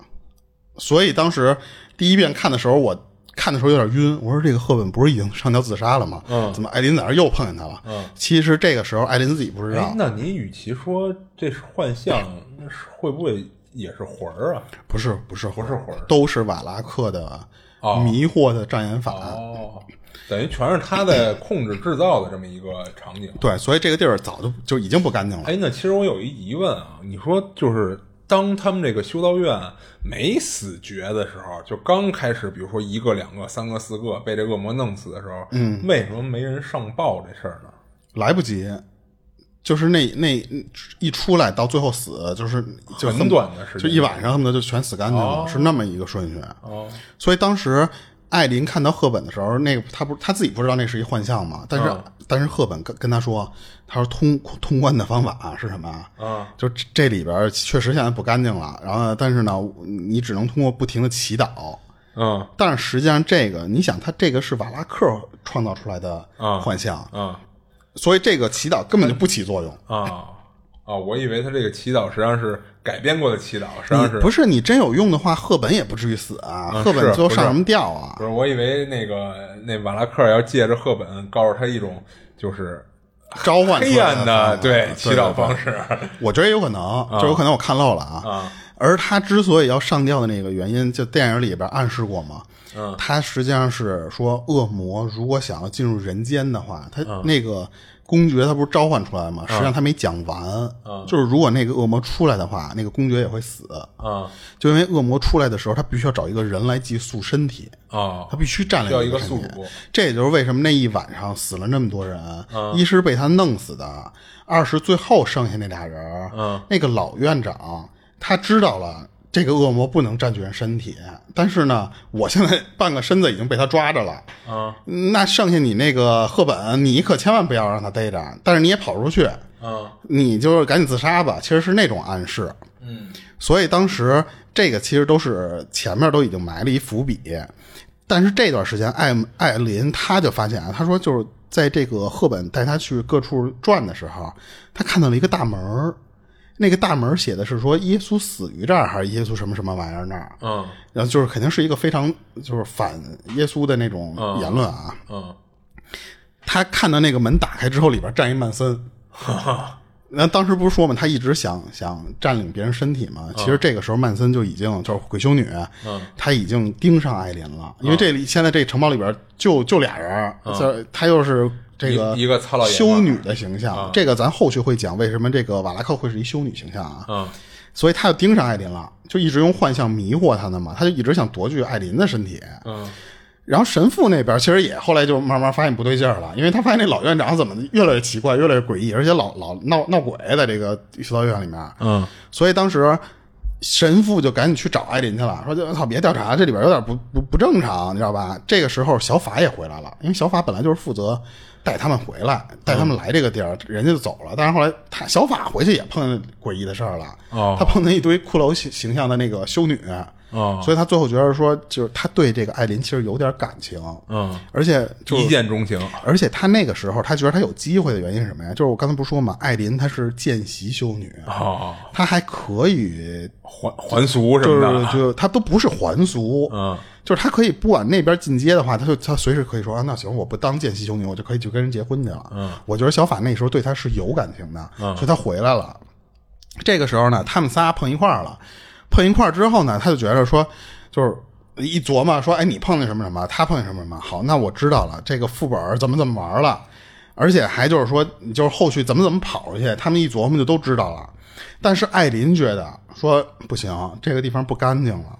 S8: 所以当时第一遍看的时候我。看的时候有点晕，我说这个赫本不是已经上吊自杀了吗？
S9: 嗯
S8: 怎么艾琳在那儿又碰见他了？
S9: 嗯
S8: 其实这个时候艾琳自己不知道
S9: 哎，，那你与其说这是幻象，那是会不会也是魂儿啊？
S8: 不是不是
S9: 不是魂儿
S8: 都是瓦拉克的
S9: 哦
S8: 迷惑的障眼法。
S9: 哦，等于全是他在控制制造的这么一个场景。
S8: 对，所以这个地儿早就就已经不干净了。
S9: 哎，那其实我有一疑问啊，你说就是当他们这个修道院没死绝的时候，就刚开始，比如说一个、两个、三个、四个被这恶魔弄死的时候，嗯，为什么没人上报这事儿呢？
S8: 来不及，就是那那一出来到最后死，就是就
S9: 很
S8: 恨不
S9: 短的时间
S8: 就一晚上恨不得就全死干净了，
S9: 哦
S8: 是那么一个顺序。
S9: 哦，
S8: 所以当时艾琳看到赫本的时候，那个他不他自己不知道那是一幻象嘛，但是、
S9: 嗯
S8: 但是赫本跟跟他说，他说通通关的方法、是什么啊？
S9: 嗯
S8: 就这这里边确实现在不干净了，然后呢但是呢，你只能通过不停的祈祷。
S9: 嗯
S8: 但是实际上，这个你想，他这个是瓦拉克创造出来的
S9: 嗯
S8: 幻象，
S9: 嗯
S8: 所以这个祈祷根本就不起作用。
S9: 啊啊！我以为他这个祈祷实际上是改编过的祈祷，实际上
S8: 你
S9: 是
S8: 不是你真有用的话，赫本也不至于死啊，
S9: 嗯
S8: 赫本
S9: 是
S8: 最后
S9: 不
S8: 上
S9: 是
S8: 什么吊啊
S9: 不？是，我以为那个那瓦拉克要借着赫本告诉他一种就是
S8: 召唤出来
S9: 黑暗
S8: 的
S9: 的对
S8: 对
S9: 祈祷方，
S8: 对
S9: 式
S8: 对我觉得有可能，就有可能我看漏了啊。
S9: 啊
S8: 而他之所以要上吊的那个原因，就电影里边暗示过嘛。
S9: 嗯
S8: 他实际上是说，恶魔如果想要进入人间的话，他
S9: 嗯
S8: 那个公爵他不是召唤出来吗？实际上他没讲完，
S9: 嗯
S8: 就是如果那个恶魔出来的话，那个公爵也会死。
S9: 啊
S8: 就因为恶魔出来的时候，他必须要找一个人来寄宿身体，
S9: 啊
S8: 他！必须占领
S9: 需要
S8: 这
S9: 一个
S8: 身体
S9: 宿主。
S8: 这也就是为什么那一晚上死了那么多人，一是被他弄死的，二是最后剩下那俩人，
S9: 嗯
S8: 那个老院长他知道了。这个恶魔不能占据人身体，但是呢，我现在半个身子已经被他抓着了。
S9: 啊
S8: 那剩下你那个赫本，你可千万不要让他逮着，但是你也跑出去，
S9: 嗯
S8: 你就是赶紧自杀吧。其实是那种暗示。
S9: 嗯
S8: 所以当时这个其实都是前面都已经埋了一伏笔，但是这段时间艾艾琳她就发现啊，她说就是在这个赫本带她去各处转的时候，她看到了一个大门儿那个大门儿写的是说耶稣死于这儿，还是耶稣什么什么玩意儿那儿？
S9: 嗯
S8: 然后就是肯定是一个非常就是反耶稣的那种
S9: 嗯
S8: 言论啊。
S9: 嗯
S8: 他看到那个门打开之后，里边站一曼 森。那当时不是说嘛，他一直想想占领别人身体
S9: 啊
S8: 嘛。其实这个时候，曼森就已经就是鬼修女，
S9: 嗯
S8: 他已经盯上艾琳
S9: 啊
S8: 了，因为这里现在这城堡里边就就俩人，这他又是这个
S9: 一一个糙老爷们儿啊
S8: 修女的形象。这个咱后续会讲为什么这个瓦拉克会是一修女形象啊。
S9: 嗯
S8: 所以他就盯上艾琳了，就一直用幻象迷惑她呢嘛，他就一直想夺去艾琳的身体。
S9: 嗯
S8: 然后神父那边其实也后来就慢慢发现不对劲儿了，因为他发现那老院长怎么越来越奇怪，越来越诡异，而且老老闹闹鬼在这个修道院里面。
S9: 嗯
S8: 所以当时神父就赶紧去找艾琳去了，说就操别调查，这里边有点不不不正常，你知道吧？这个时候小法也回来了，因为小法本来就是负责带他们回来，带
S9: 嗯
S8: 他们来这个地儿，人家就走了。但是后来他小法回去也碰见诡异的事儿了，
S9: 哦
S8: 他碰见一堆骷髅形形象的那个修女。
S9: 哦
S8: 所以他最后觉得说，就是他对这个艾琳其实有点感情，
S9: 嗯，
S8: 而且就
S9: 一见钟情
S8: 而且他那个时候，他觉得他有机会的原因是什么呀？就是我刚才不是说嘛，艾琳她是见习修女，
S9: 哦，
S8: 她还可以，
S9: 还还俗什
S8: 就
S9: 么
S8: 是啊
S9: 的，
S8: 就她都不是还俗，
S9: 嗯，
S8: 就是她可以不往那边进阶的话，她就她随时可以说啊，那行，我不当见习修女，我就可以去跟人结婚去了。嗯，我觉得小法那时候对她是有感情的，嗯、所以她回来了。这个时候呢，他们仨碰一块儿了，碰一块儿之后呢，他就觉着说，就是一琢磨说，哎，你碰见什么什么，他碰见什么什么，好，那我知道了，这个副本儿怎么怎么玩了，而且还就是说，就是后续怎么怎么跑出去，他们一琢磨就都知道了。但是艾琳觉得说不行，这个地方不干净了，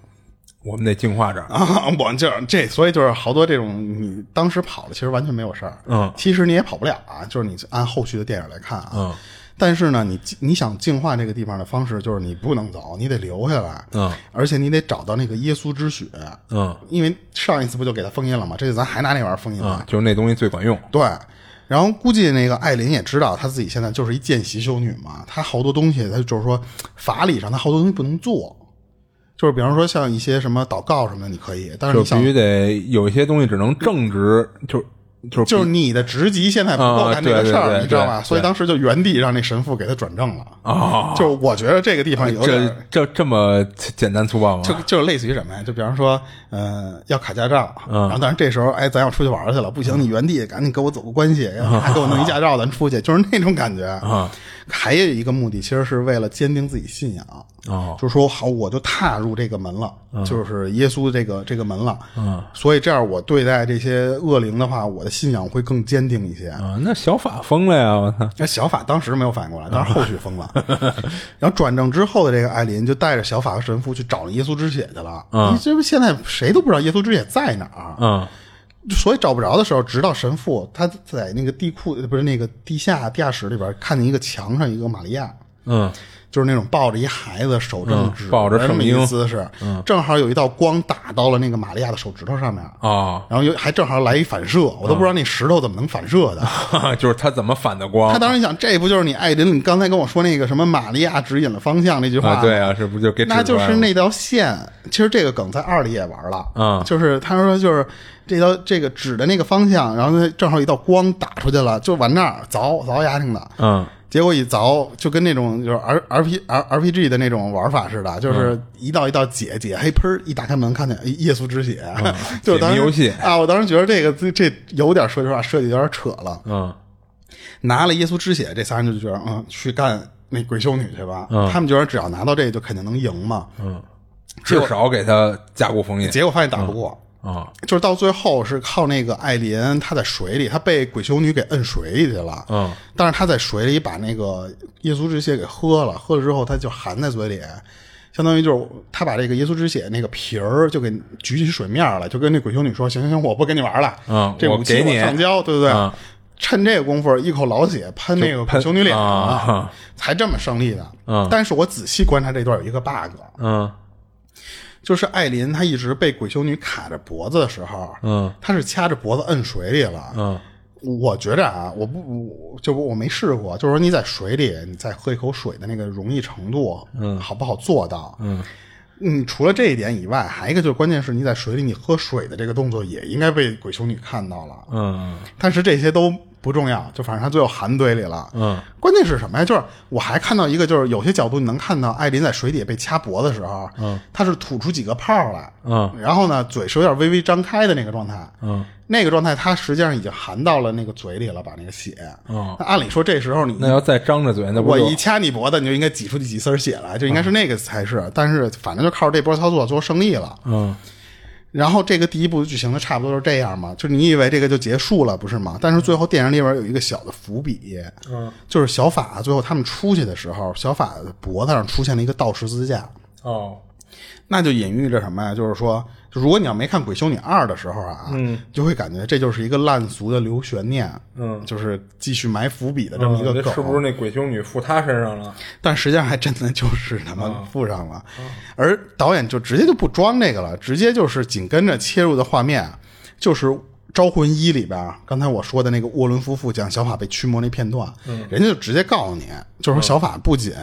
S9: 我们得净化这儿。
S8: 啊， 我就是这，所以就是好多这种你当时跑了，其实完全没有事儿。
S9: 嗯
S8: 其实你也跑不了啊，就是你按后续的电影来看啊。
S9: 嗯，
S8: 但是呢，你你想净化这个地方的方式就是你不能走，你得留下来。
S9: 嗯，
S8: 而且你得找到那个耶稣之血。
S9: 嗯，
S8: 因为上一次不就给他封印了吗？这次咱还拿那玩意儿封印
S9: 啊
S8: 他。，
S9: 就是那东西最管用。
S8: 对。然后估计那个艾琳也知道她自己现在就是一见习修女嘛，她好多东西，她就是说法理上她好多东西不能做，就是比方说像一些什么祷告什么的你可以，但是
S9: 就
S8: 你想
S9: 必须得有一些东西只能正直，就就是
S8: 就是你的职级现在不够
S9: 啊
S8: 干这个事
S9: 对对
S8: 儿，
S9: 对
S8: 你知道吧？
S9: 对
S8: 所以当时就原地让那神父给他转正了。
S9: 啊，
S8: 就是我觉得这个地方有
S9: 这
S8: 点，
S9: 这这么简单粗暴吗？
S8: 就就是类似于什么呀？就比方说，呃，要考驾照，然后但是这时候，哎，咱要出去玩去了，不行，你原地赶紧给我走个关系，然后还给我弄一驾照，咱出去，就是那种感觉啊。 还有一个目的，其实是为了坚定自己信仰。
S9: 哦
S8: 就说好，我就踏入这个门了，就是耶稣这个这个门了。嗯，所以这样我对待这些恶灵的话，我的信仰会更坚定一些。
S9: 啊，那小法疯了呀！我操，
S8: 那小法当时没有反应过来，但是后续疯了。 然后转正之后的这个艾琳就带着小法和神父去找耶稣之血去了。你这不现在谁都不知道耶稣之血在哪儿，啊
S9: 嗯
S8: 所以找不着的时候，直到神父他在那个地库不是那个地下地下室里边看见一个墙上一个玛利亚，
S9: 嗯
S8: 就是那种抱着一孩子手正指、
S9: 嗯抱着嗯
S8: 那么
S9: 圣
S8: 一
S9: 婴
S8: 个姿势，正好有一道光打到了那个玛利亚的手指头上面。
S9: 啊，
S8: 然后有还正好来一反射，我都不知道那石头怎么能反射的。
S9: 哦就是他怎么反的光？啊
S8: 他当时想，这不就是你艾琳？你刚才跟我说那个什么玛利亚指引了方向那句话、
S9: 啊，对，啊，是不是就给指出
S8: 那
S9: 来了
S8: 就是那条线。其实这个梗在二里也玩了，
S9: 嗯
S8: 就是他说就是这条这个指的那个方向，然后呢正好一道光打出去了，就往那儿凿凿牙挺的，
S9: 嗯
S8: 结果一凿就跟那种就是 R R P R R P G 的那种玩法似的，就是
S9: 嗯
S8: 一道一道解解黑喷儿一打开门看见哎耶稣之血， 就是当时
S9: 嗯解谜游戏
S8: 啊，我当时觉得这个这这有点说实话设计有点扯了，
S9: 嗯
S8: 拿了耶稣之血，这仨人就觉得，嗯，去干那鬼修女去吧。
S9: 嗯
S8: 他们觉得只要拿到这个就肯定能赢嘛。
S9: 嗯，至少给他加固封印
S8: 结果发现打不过，
S9: 啊
S8: 就是到最后是靠那个艾琳，她在水里，她被鬼修女给摁水里去了。
S9: 嗯，
S8: 但是她在水里把那个耶稣之血给喝了，喝了之后她就含在嘴里。相当于就是她把这个耶稣之血那个瓶儿就给举起水面了，就跟那鬼修女说：“行行行，我不跟你玩了，
S9: 嗯
S8: 这
S9: 我
S8: 武器
S9: 给你
S8: 上交，对不对？
S9: 嗯
S8: 趁这个功夫一口老血喷那个
S9: 喷
S8: 鬼修女脸上了，
S9: 啊
S8: 才这么胜利的。
S9: 嗯
S8: 但是我仔细观察这段有一个 bug，
S9: 嗯
S8: 就是艾琳她一直被鬼修女卡着脖子的时候，
S9: 嗯，
S8: 她是掐着脖子摁水里了，
S9: 嗯。
S8: 我觉着啊，我不我就我没试过，就是说你在水里，你再喝一口水的那个容易程度，嗯，好不好做到？嗯，你除了这一点以外，还一个就是关键是你在水里你喝水的这个动作也应该被鬼修女看到了，
S9: 嗯
S8: 但是这些都不重要，就反正他最后含嘴里了。
S9: 嗯，
S8: 关键是什么呀？就是我还看到一个，就是有些角度你能看到艾琳在水底下被掐脖子的时候，嗯，她是吐出几个泡来，
S9: 嗯，
S8: 然后呢，嘴是有点微微张开的那个状态，
S9: 嗯，
S8: 那个状态她实际上已经含到了那个嘴里了，把那个血。
S9: 嗯
S8: 那按理说这时候你
S9: 那要再张着嘴，那不
S8: 我
S9: 就嗯
S8: 一掐你脖子，你就应该挤出去几丝血来，就应该是那个才是。但是反正就靠着这波操作，最后胜利了。
S9: 嗯
S8: 然后这个第一部剧情呢，差不多就是这样嘛，就是你以为这个就结束了，不是吗？但是最后电影里边有一个小的伏笔，嗯，就是小法最后他们出去的时候，小法的脖子上出现了一个倒十字架，
S9: 哦
S8: 那就隐喻着什么呀？就是说，如果你要没看《鬼修女二》的时候啊，嗯，就会感觉这就是一个烂俗的留悬念，嗯，就是继续埋伏笔的这么一个梗，
S9: 是不是嗯那鬼修女附他身上了？
S8: 但实际上还真的就是他妈
S9: 啊
S8: 附上了，而导演就直接就不装这个了，直接就是紧跟着切入的画面啊就是《招魂一》里边儿刚才我说的那个沃伦夫妇讲小法被驱魔那片段，
S9: 嗯
S8: 人家就直接告诉你，就是说小法不仅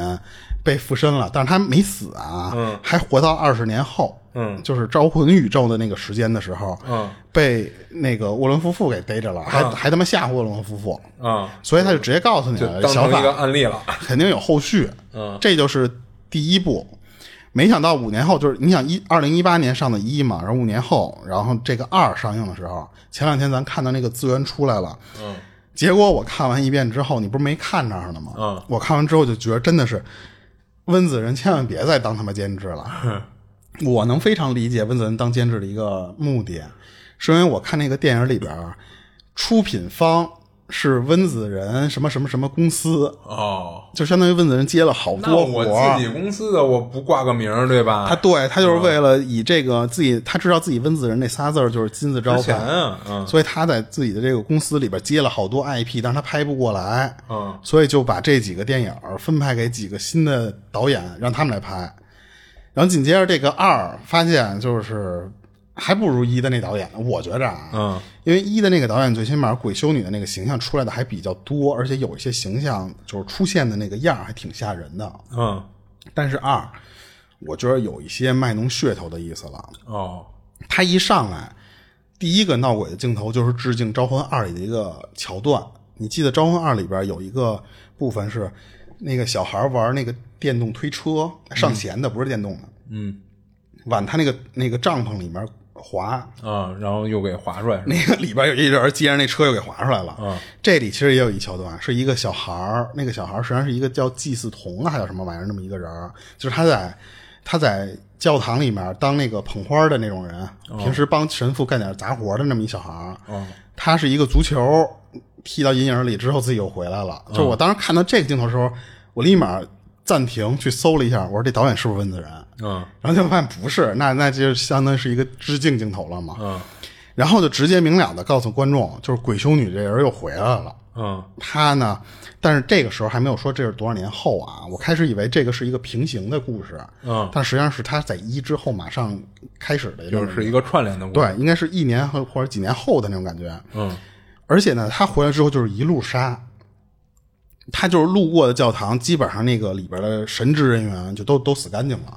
S8: 被附身了，但是他没死啊，还活到二十年后。
S9: 嗯
S8: 就是招魂宇宙的那个时间的时候，
S9: 嗯
S8: 被那个沃伦夫妇给逮着了，还还他妈吓唬沃伦夫妇，
S9: 啊，
S8: 所以他就直接告诉你
S9: 就
S8: 了，
S9: 当
S8: 小
S9: 成
S8: 法
S9: 一个案例了。
S8: 肯定有后续。嗯，这就是第一部。没想到五年后，就是你想一二零一八年上的一嘛，然后五年后，然后这个二上映的时候，前两天咱看到那个资源出来了，嗯，结果我看完一遍之后，你不是没看那儿呢吗？
S9: 嗯，
S8: 我看完之后就觉得真的是温子仁千万别再当他妈监制 了。我能非常理解温子仁当监制的一个目的，是因为我看那个电影里边儿，出品方是温子仁什么什么什么公司，
S9: 哦，
S8: 就相当于温子仁接了好
S9: 那
S8: 多活
S9: 我
S8: 儿
S9: 自己公司的我不挂个名儿，对吧？
S8: 他对他就是为了以这个自己，他知道自己温子仁那仨字儿就是金字招
S9: 值钱
S8: 牌，
S9: 啊，嗯，
S8: 所以他在自己的这个公司里边接了好多 IP，但是他拍不过来，
S9: 嗯
S8: 所以就把这几个电影儿分派给几个新的导演，让他们来拍。然后紧接着这个二发现就是还不如一的那导演，我觉着啊，
S9: 嗯，
S8: 因为一的那个导演最起码鬼修女的那个形象出来的还比较多，而且有一些形象就是出现的那个样儿还挺吓人的，
S9: 嗯，
S8: 但是二，我觉得有一些卖弄噱头的意思了。
S9: 哦，
S8: 他一上来，第一个闹鬼的镜头就是致敬《招魂二》里的一个桥段。你记得《招魂二》里边有一个部分是那个小孩玩那个电动推车上弦的，不是电动的，
S9: 嗯，
S8: 往他那个那个帐篷里面滑，
S9: 啊，然后又给划出来，是 吧
S8: 那个里边有一人接着那车又给划出来了。
S9: 嗯
S8: 这里其实也有一桥段，是一个小孩儿，那个小孩儿实际上是一个叫祭祀童啊，还叫什么玩意儿那么一个人儿，就是他在他在教堂里面当那个捧花的那种人，平时帮神父干点杂活的那么一小孩儿。
S9: 哦
S8: 他是一个足球踢到阴影里之后自己又回来了。
S9: 嗯
S8: 就我当时看到这个镜头的时候，我立马暂停去搜了一下，我说这导演是不是温子仁？
S9: 嗯
S8: 然后就发现不是，那那就相当于是一个致敬镜头了嘛。
S9: 嗯
S8: 然后就直截明了的告诉观众，就是鬼修女这人又回来了。
S9: 嗯，
S8: 她呢，但是这个时候还没有说这是多少年后啊。我开始以为这个是一个平行的故事，
S9: 嗯
S8: 但实际上是她在一之后马上开始的，
S9: 就是一个串联的故事，
S8: 对，应该是一年后或者几年后的那种感觉。
S9: 嗯
S8: 而且呢，她回来之后就是一路杀，她就是路过的教堂，基本上那个里边的神职人员就都都死干净了。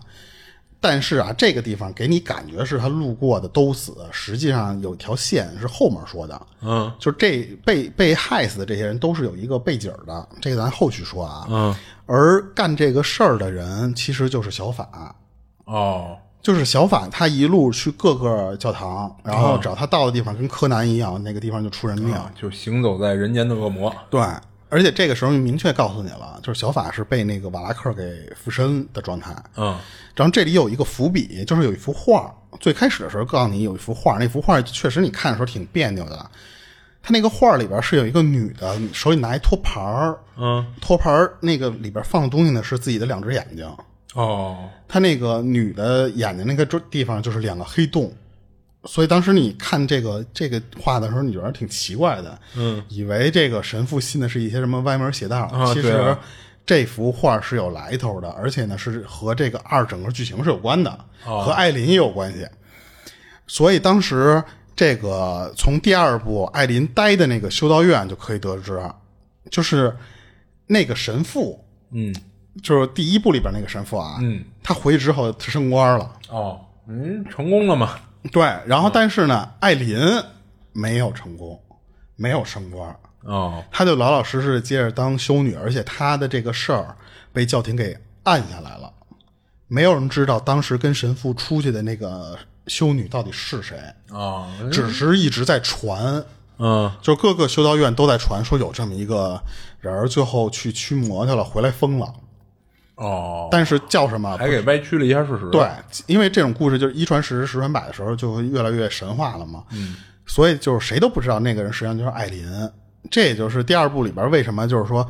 S8: 但是啊，这个地方给你感觉是他路过的都死，实际上有一条线是后面说的，
S9: 嗯
S8: 就是这被被害死的这些人都是有一个背景儿的，这个咱后续说啊。
S9: 嗯，
S8: 而干这个事儿的人其实就是小法，
S9: 哦
S8: 就是小法他一路去各个教堂，然后找他到的地方，跟柯南一样，那个地方就出人命。
S9: 啊，就行走在人间的恶魔，
S8: 对，而且这个时候明确告诉你了，就是小法是被那个瓦拉克给附身的状态。
S9: 嗯
S8: 然后这里有一个伏笔，就是有一幅画，最开始的时候告诉你有一幅画，那幅画确实你看的时候挺别扭的。它那个画里边是有一个女的手里拿一托盘儿，
S9: 嗯
S8: 托盘儿那个里边放的东西呢是自己的两只眼睛，
S9: 哦
S8: 她那个女的眼睛那个地方就是两个黑洞，所以当时你看这个这个画的时候，你觉得挺奇怪的，嗯，以为这个神父信的是一些什么歪门邪道，
S9: 啊
S8: 其
S9: 对
S8: 实
S9: 啊
S8: 这幅画是有来头的，而且呢是和这个二整个剧情是有关的，
S9: 啊
S8: 和艾琳也有关系，所以当时这个从第二部艾琳待的那个修道院就可以得知，啊就是那个神父。
S9: 嗯
S8: 就是第一部里边那个神父啊，
S9: 嗯，
S8: 他回去之后他升官了，嗯
S9: 哦，嗯，成功了嘛？
S8: 对，然后但是呢，艾琳没有成功，没有升官，
S9: 哦
S8: 他就老老实实地接着当修女，而且他的这个事儿被教廷给按下来了，没有人知道当时跟神父出去的那个修女到底是谁，
S9: 哦，
S8: 只是一直在传。
S9: 嗯
S8: 就各个修道院都在传说有这么一个人儿，最后去驱魔去了，回来疯了。
S9: 哦，
S8: 但是叫什么？
S9: 还给歪曲了一下事实，
S8: 对，因为这种故事就是一传十，十传百的时候，就会越来越神话了嘛。嗯，所以就是谁都不知道那个人实际上就是艾琳。这也就是第二部里边为什么就是说，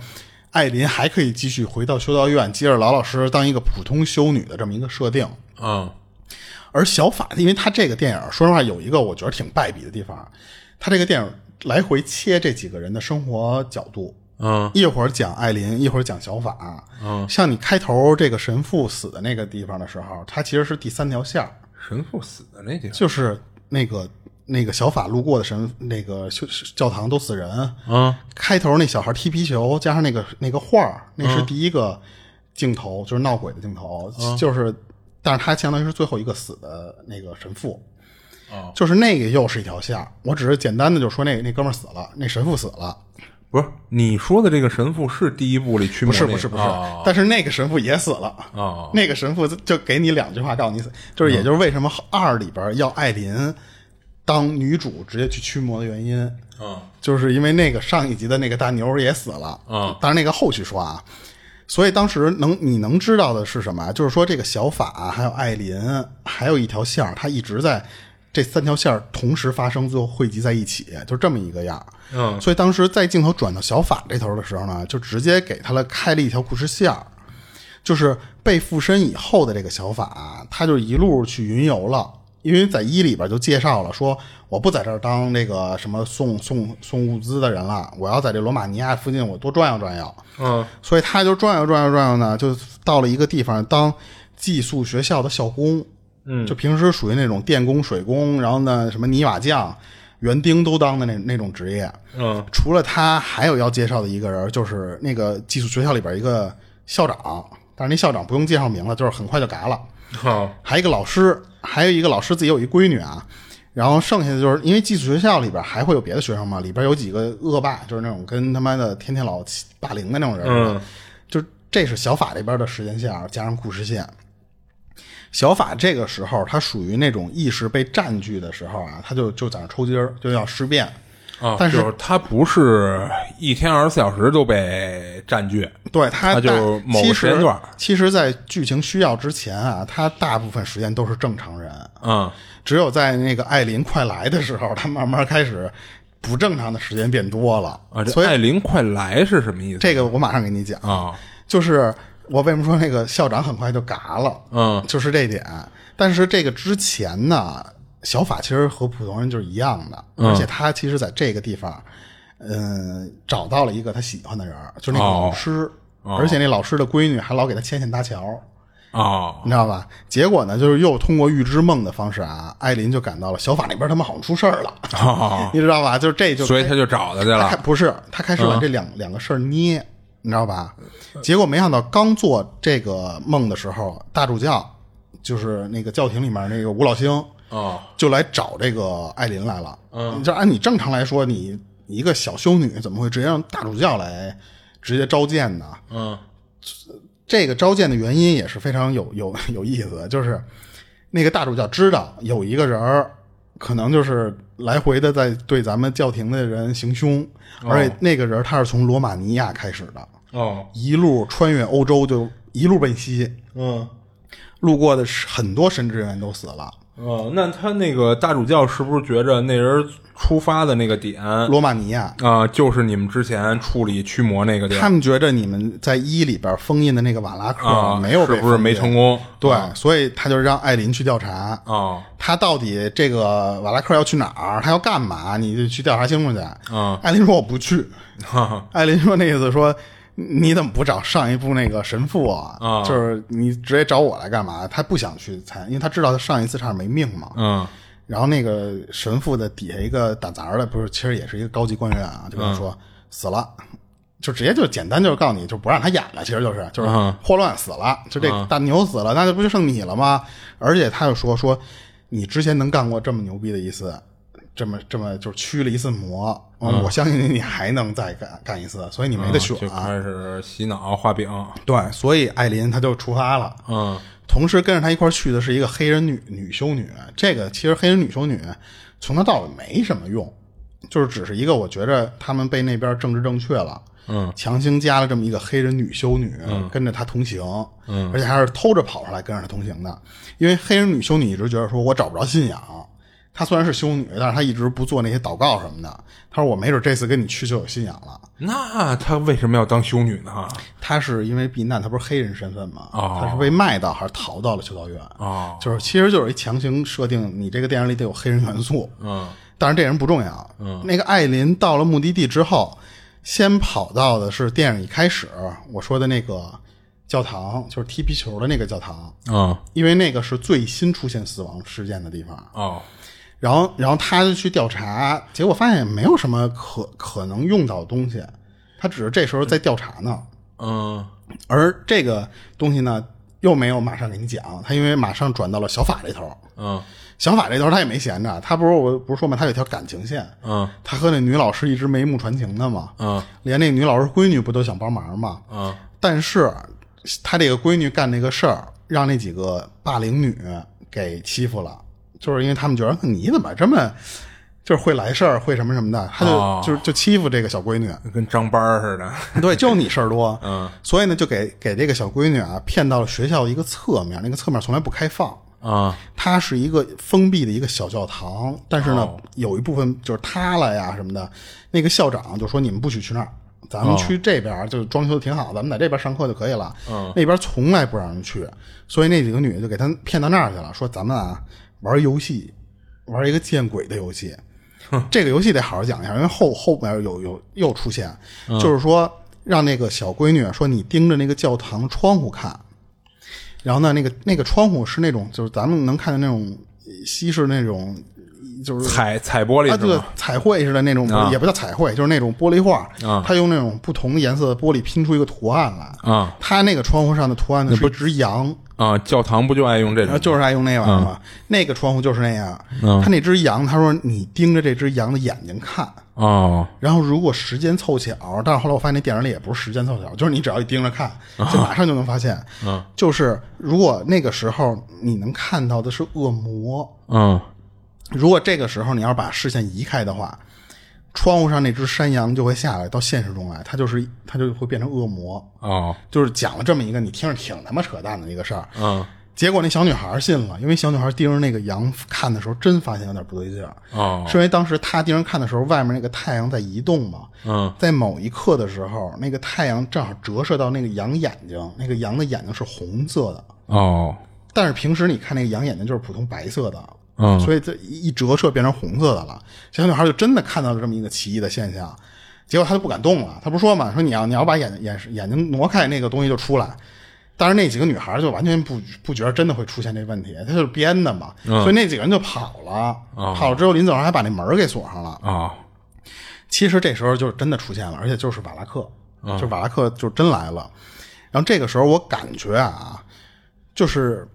S8: 艾琳还可以继续回到修道院，接着老老实实当一个普通修女的这么一个设定。
S9: 嗯
S8: 而小法，因为他这个电影，说实话有一个我觉得挺败笔的地方，他这个电影来回切这几个人的生活角度。
S9: 嗯
S8: 一会儿讲艾琳，一会儿讲小法。嗯，像你开头这个神父死的那个地方的时候，它其实是第三条线儿
S9: 神父死的那地方，
S8: 就是那个那个小法路过的神那个修教堂都死人。
S9: 嗯
S8: 开头那小孩踢皮球，加上那个那个画儿，那是第一个镜头，就是闹鬼的镜头，
S9: 嗯
S8: 就是，但是他相当于是最后一个死的那个神父。
S9: 哦
S8: 就是那个又是一条线儿我只是简单的就说那那哥们儿死了，那神父死了，
S9: 不是你说的这个神父是第一部里驱魔
S8: 不是
S9: 那
S8: 不
S9: 个
S8: 是不是
S9: 哦，
S8: 但是那个神父也死了
S9: 哦嗯
S8: 那个神父就给你两句话告诉你死，就是也就是为什么二里边要艾琳当女主直接去驱魔的原因，
S9: 嗯
S8: 就是因为那个上一集的那个大牛也死了，
S9: 嗯
S8: 当然那个后续说啊，所以当时能你能知道的是什么啊？就是说这个小法还有艾琳还有一条线儿，他一直在这三条线儿同时发生，最后汇集在一起，就这么一个样儿。
S9: 嗯
S8: 所以当时在镜头转到小法这头的时候呢，就直接给他了开了一条故事线儿，就是被附身以后的这个小法，他就一路去云游了。因为在一里边就介绍了，说我不在这儿当那个什么送送送物资的人了，我要在这罗马尼亚附近我多转悠转悠。
S9: 嗯，
S8: 所以他就转悠转悠转悠呢，就到了一个地方当寄宿学校的校工。嗯，就平时属于那种电工、水工，然后呢，什么泥瓦匠、园丁都当的那那种职业。
S9: 嗯，
S8: 除了他，还有要介绍的一个人，就是那个寄宿学校里边一个校长，但是那校长不用介绍名了，就是很快就嘎了。
S9: 好，
S8: 还有一个老师，还有一个老师自己有一闺女啊。然后剩下的就是因为寄宿学校里边还会有别的学生嘛，里边有几个恶霸，就是那种跟他妈的天天老 欺霸凌的那种人。
S9: 嗯，
S8: 就是这是小法这边的时间线啊加上故事线。小法这个时候，他属于那种意识被占据的时候啊，他就就在那抽筋儿，就要尸变。
S9: 啊，
S8: 但是
S9: 就是他不是一天二十四小时都被占据，
S8: 对他
S9: 他就
S8: 大
S9: 某个
S8: 其
S9: 时间
S8: 实
S9: 段儿
S8: 其实，在剧情需要之前啊，他大部分时间都是正常人，
S9: 嗯，
S8: 只有在那个艾琳快来的时候，他慢慢开始不正常的时间变多了
S9: 啊，
S8: 所
S9: 这艾
S8: 以
S9: 琳快来是什么意思？
S8: 这个我马上给你讲，
S9: 啊，
S8: 就是我为什么说那个校长很快就嘎了，
S9: 嗯
S8: 就是这点。但是这个之前呢，小法其实和普通人就是一样的，
S9: 嗯
S8: 而且他其实在这个地方，嗯，找到了一个他喜欢的人，就是那个老师，
S9: 哦
S8: 而且那老师的闺女还老给他牵线搭桥。
S9: 啊
S8: 你知道吧？结果呢，就是又通过预知梦的方式啊，艾琳就感到了小法那边他们好像出事儿了，
S9: 啊，
S8: 你知道吧？就是这就
S9: 所以他就找他去
S8: 他开
S9: 了，
S8: 不是他开始往这两、两个事儿捏，你知道吧？结果没想到刚做这个梦的时候，大主教就是那个教廷里面那个吴老星
S9: 啊，
S8: 就来找这个艾琳来了。嗯，你知道按你正常来说，你一个小修女怎么会直接让大主教来直接召见呢？
S9: 嗯，
S8: 这个召见的原因也是非常有有 有意思的，就是那个大主教知道有一个人儿，可能就是来回的在对咱们教廷的人行凶，而且那个人他是从罗马尼亚开始的，
S9: 哦，
S8: 一路穿越欧洲就一路奔西，
S9: 嗯。
S8: 路过的是很多神职人员都死了，
S9: 哦，那他那个大主教是不是觉着那人出发的那个点啊、
S8: 罗马尼亚。
S9: 就是你们之前处理驱魔那个地
S8: 他
S9: 儿
S8: 们觉着你们在一里边封印的那个瓦拉克
S9: 啊？
S8: 没有被
S9: 是不是没
S8: 封
S9: 成
S8: 印？
S9: 功？
S8: 对，所以他就让艾琳去调查。
S9: 啊
S8: 他到底这个瓦拉克要去哪儿，他要干嘛，你就去调查清楚去。
S9: 嗯
S8: 艾琳说我不去。
S9: 哈哈
S8: 艾琳说那意思说，你怎么不找上一部那个神父啊？
S9: 啊
S8: 就是你直接找我来干嘛？他不想去参，因为他知道他上一次差点没命嘛。
S9: 嗯
S8: 然后那个神父的底下一个打杂的，不是，其实也是一个高级官员啊，就跟他说、死了，就直接就简单就是告诉你，就不让他演了，其实就是就是
S9: 嗯
S8: 霍乱死了，就这大牛死了，那就不就剩你了吗？而且他又说说你之前能干过这么牛逼的一次，这么这么就是驱了一次魔，我相信你还能再干干一次，所以你没得选、
S9: 嗯就
S8: 啊。
S9: 开始洗脑画饼。
S8: 对，所以艾琳她就出发了。
S9: 嗯
S8: 同时跟着他一块儿去的是一个黑人女女修女。这个其实黑人女修女从头到尾没什么用，就是只是一个我觉着他们被那边政治正确了，
S9: 嗯，
S8: 强行加了这么一个黑人女修女、跟着他同行，嗯，而且还是偷着跑出来跟着他同行的，因为黑人女修女一直觉得说我找不着信仰。她虽然是修女，但是她一直不做那些祷告什么的。她说：“我没准这次跟你去就有信仰了。”
S9: 那他为什么要当修女呢？
S8: 他是因为避难，他不是黑人身份嘛，
S9: 哦
S8: 他是被卖到还是逃到了修道院？
S9: 哦
S8: 就是其实就是一强行设定，你这个电影里得有黑人元素。
S9: 嗯，
S8: 但是这人不重要。嗯，那个艾琳到了目的地之后，先跑到的是电影一开始我说的那个教堂，就是踢皮球的那个教堂，
S9: 嗯
S8: 因为那个是最新出现死亡事件的地方。
S9: 哦
S8: 然后，然后他就去调查，结果发现没有什么可可能用到的东西，他只是这时候在调查呢。
S9: 嗯
S8: 而这个东西呢，又没有马上给你讲，他因为马上转到了小法这头，
S9: 嗯
S8: 小法这头他也没闲着，他不是我不是说嘛，他有一条感情线，
S9: 嗯，
S8: 他和那女老师一直眉目传情的嘛，
S9: 嗯，
S8: 连那女老师闺女不都想帮忙嘛，
S9: 嗯，
S8: 但是他这个闺女干那个事儿，让那几个霸凌女给欺负了，就是因为他们觉得你怎么这么。就是会来事儿，会什么什么的，他就、
S9: 哦
S8: 就就欺负这个小闺女，
S9: 跟张班儿似 的。
S8: 对，就你事儿多，
S9: 嗯，
S8: 所以呢，就给给这个小闺女啊骗到了学校一个侧面，那个侧面从来不开放，
S9: 啊，
S8: 它是一个封闭的一个小教堂，但是呢，
S9: 哦
S8: 有一部分就是塌了呀什么的。那个校长就说你们不许去那儿，咱们
S9: 哦
S8: 去这边儿就装修的挺好，咱们在这边上课就可以了。那边从来不让人去，所以那几个女的就给他骗到那儿去了，说咱们啊玩游戏，玩一个见鬼的游戏。
S9: 嗯
S8: 这个游戏得好好讲一下，因为后后面有有又出现，
S9: 嗯
S8: 就是说让那个小闺女说你盯着那个教堂窗户看，然后呢，那个那个窗户是那种就是咱们能看见那种西式那种就是
S9: 踩踩玻璃
S8: 啊它这
S9: 是
S8: 个
S9: 吗？
S8: 彩绘似的那种，不
S9: 啊
S8: 是也不叫彩绘，就是那种玻璃画
S9: 啊，
S8: 它用那种不同的颜色的玻璃拼出一个图案来
S9: 啊。
S8: 它那个窗户上的图案呢是一只羊，
S9: 啊，教堂不就爱用这
S8: 然后
S9: 种？
S8: 啊就是爱用那玩意儿
S9: 嗯
S8: 嘛。那个窗户就是那样，它那只羊，他说你盯着这只羊的眼睛看。
S9: 哦，
S8: 然后如果时间凑巧，但是后来我发现那电影里也不是时间凑巧，就是你只要一盯着看，就马上就能发现。嗯，就是如果那个时候你能看到的是恶魔，
S9: 嗯，
S8: 如果这个时候你要把视线移开的话，窗户上那只山羊就会下来到现实中来，它就是它就会变成恶魔。
S9: 哦，
S8: 就是讲了这么一个你听着挺他妈扯淡的一个事儿，
S9: 嗯，
S8: 结果那小女孩信了，因为小女孩盯着那个羊看的时候，真发现有点不对劲儿。
S9: 哦，
S8: 是因为当时她盯着看的时候，外面那个太阳在移动嘛，
S9: 嗯，
S8: 在某一刻的时候，那个太阳正好折射到那个羊眼睛，那个羊的眼睛是红色的，
S9: 哦，
S8: 但是平时你看那个羊眼睛就是普通白色的，
S9: 嗯
S8: 所以这一一折射变成红色的了。小女孩就真的看到了这么一个奇异的现象，结果她就不敢动了。她不是说嘛，说你要你要把眼眼眼睛挪开，那个东西就出来。但是那几个女孩就完全不不觉得真的会出现这问题，她就是编的嘛，所以那几个人就跑了，跑了之后临走时还把那门给锁上了。
S9: 哦，
S8: 其实这时候就真的出现了，而且就是瓦拉克，就瓦拉克就真来了。然后这个时候我感觉啊，就是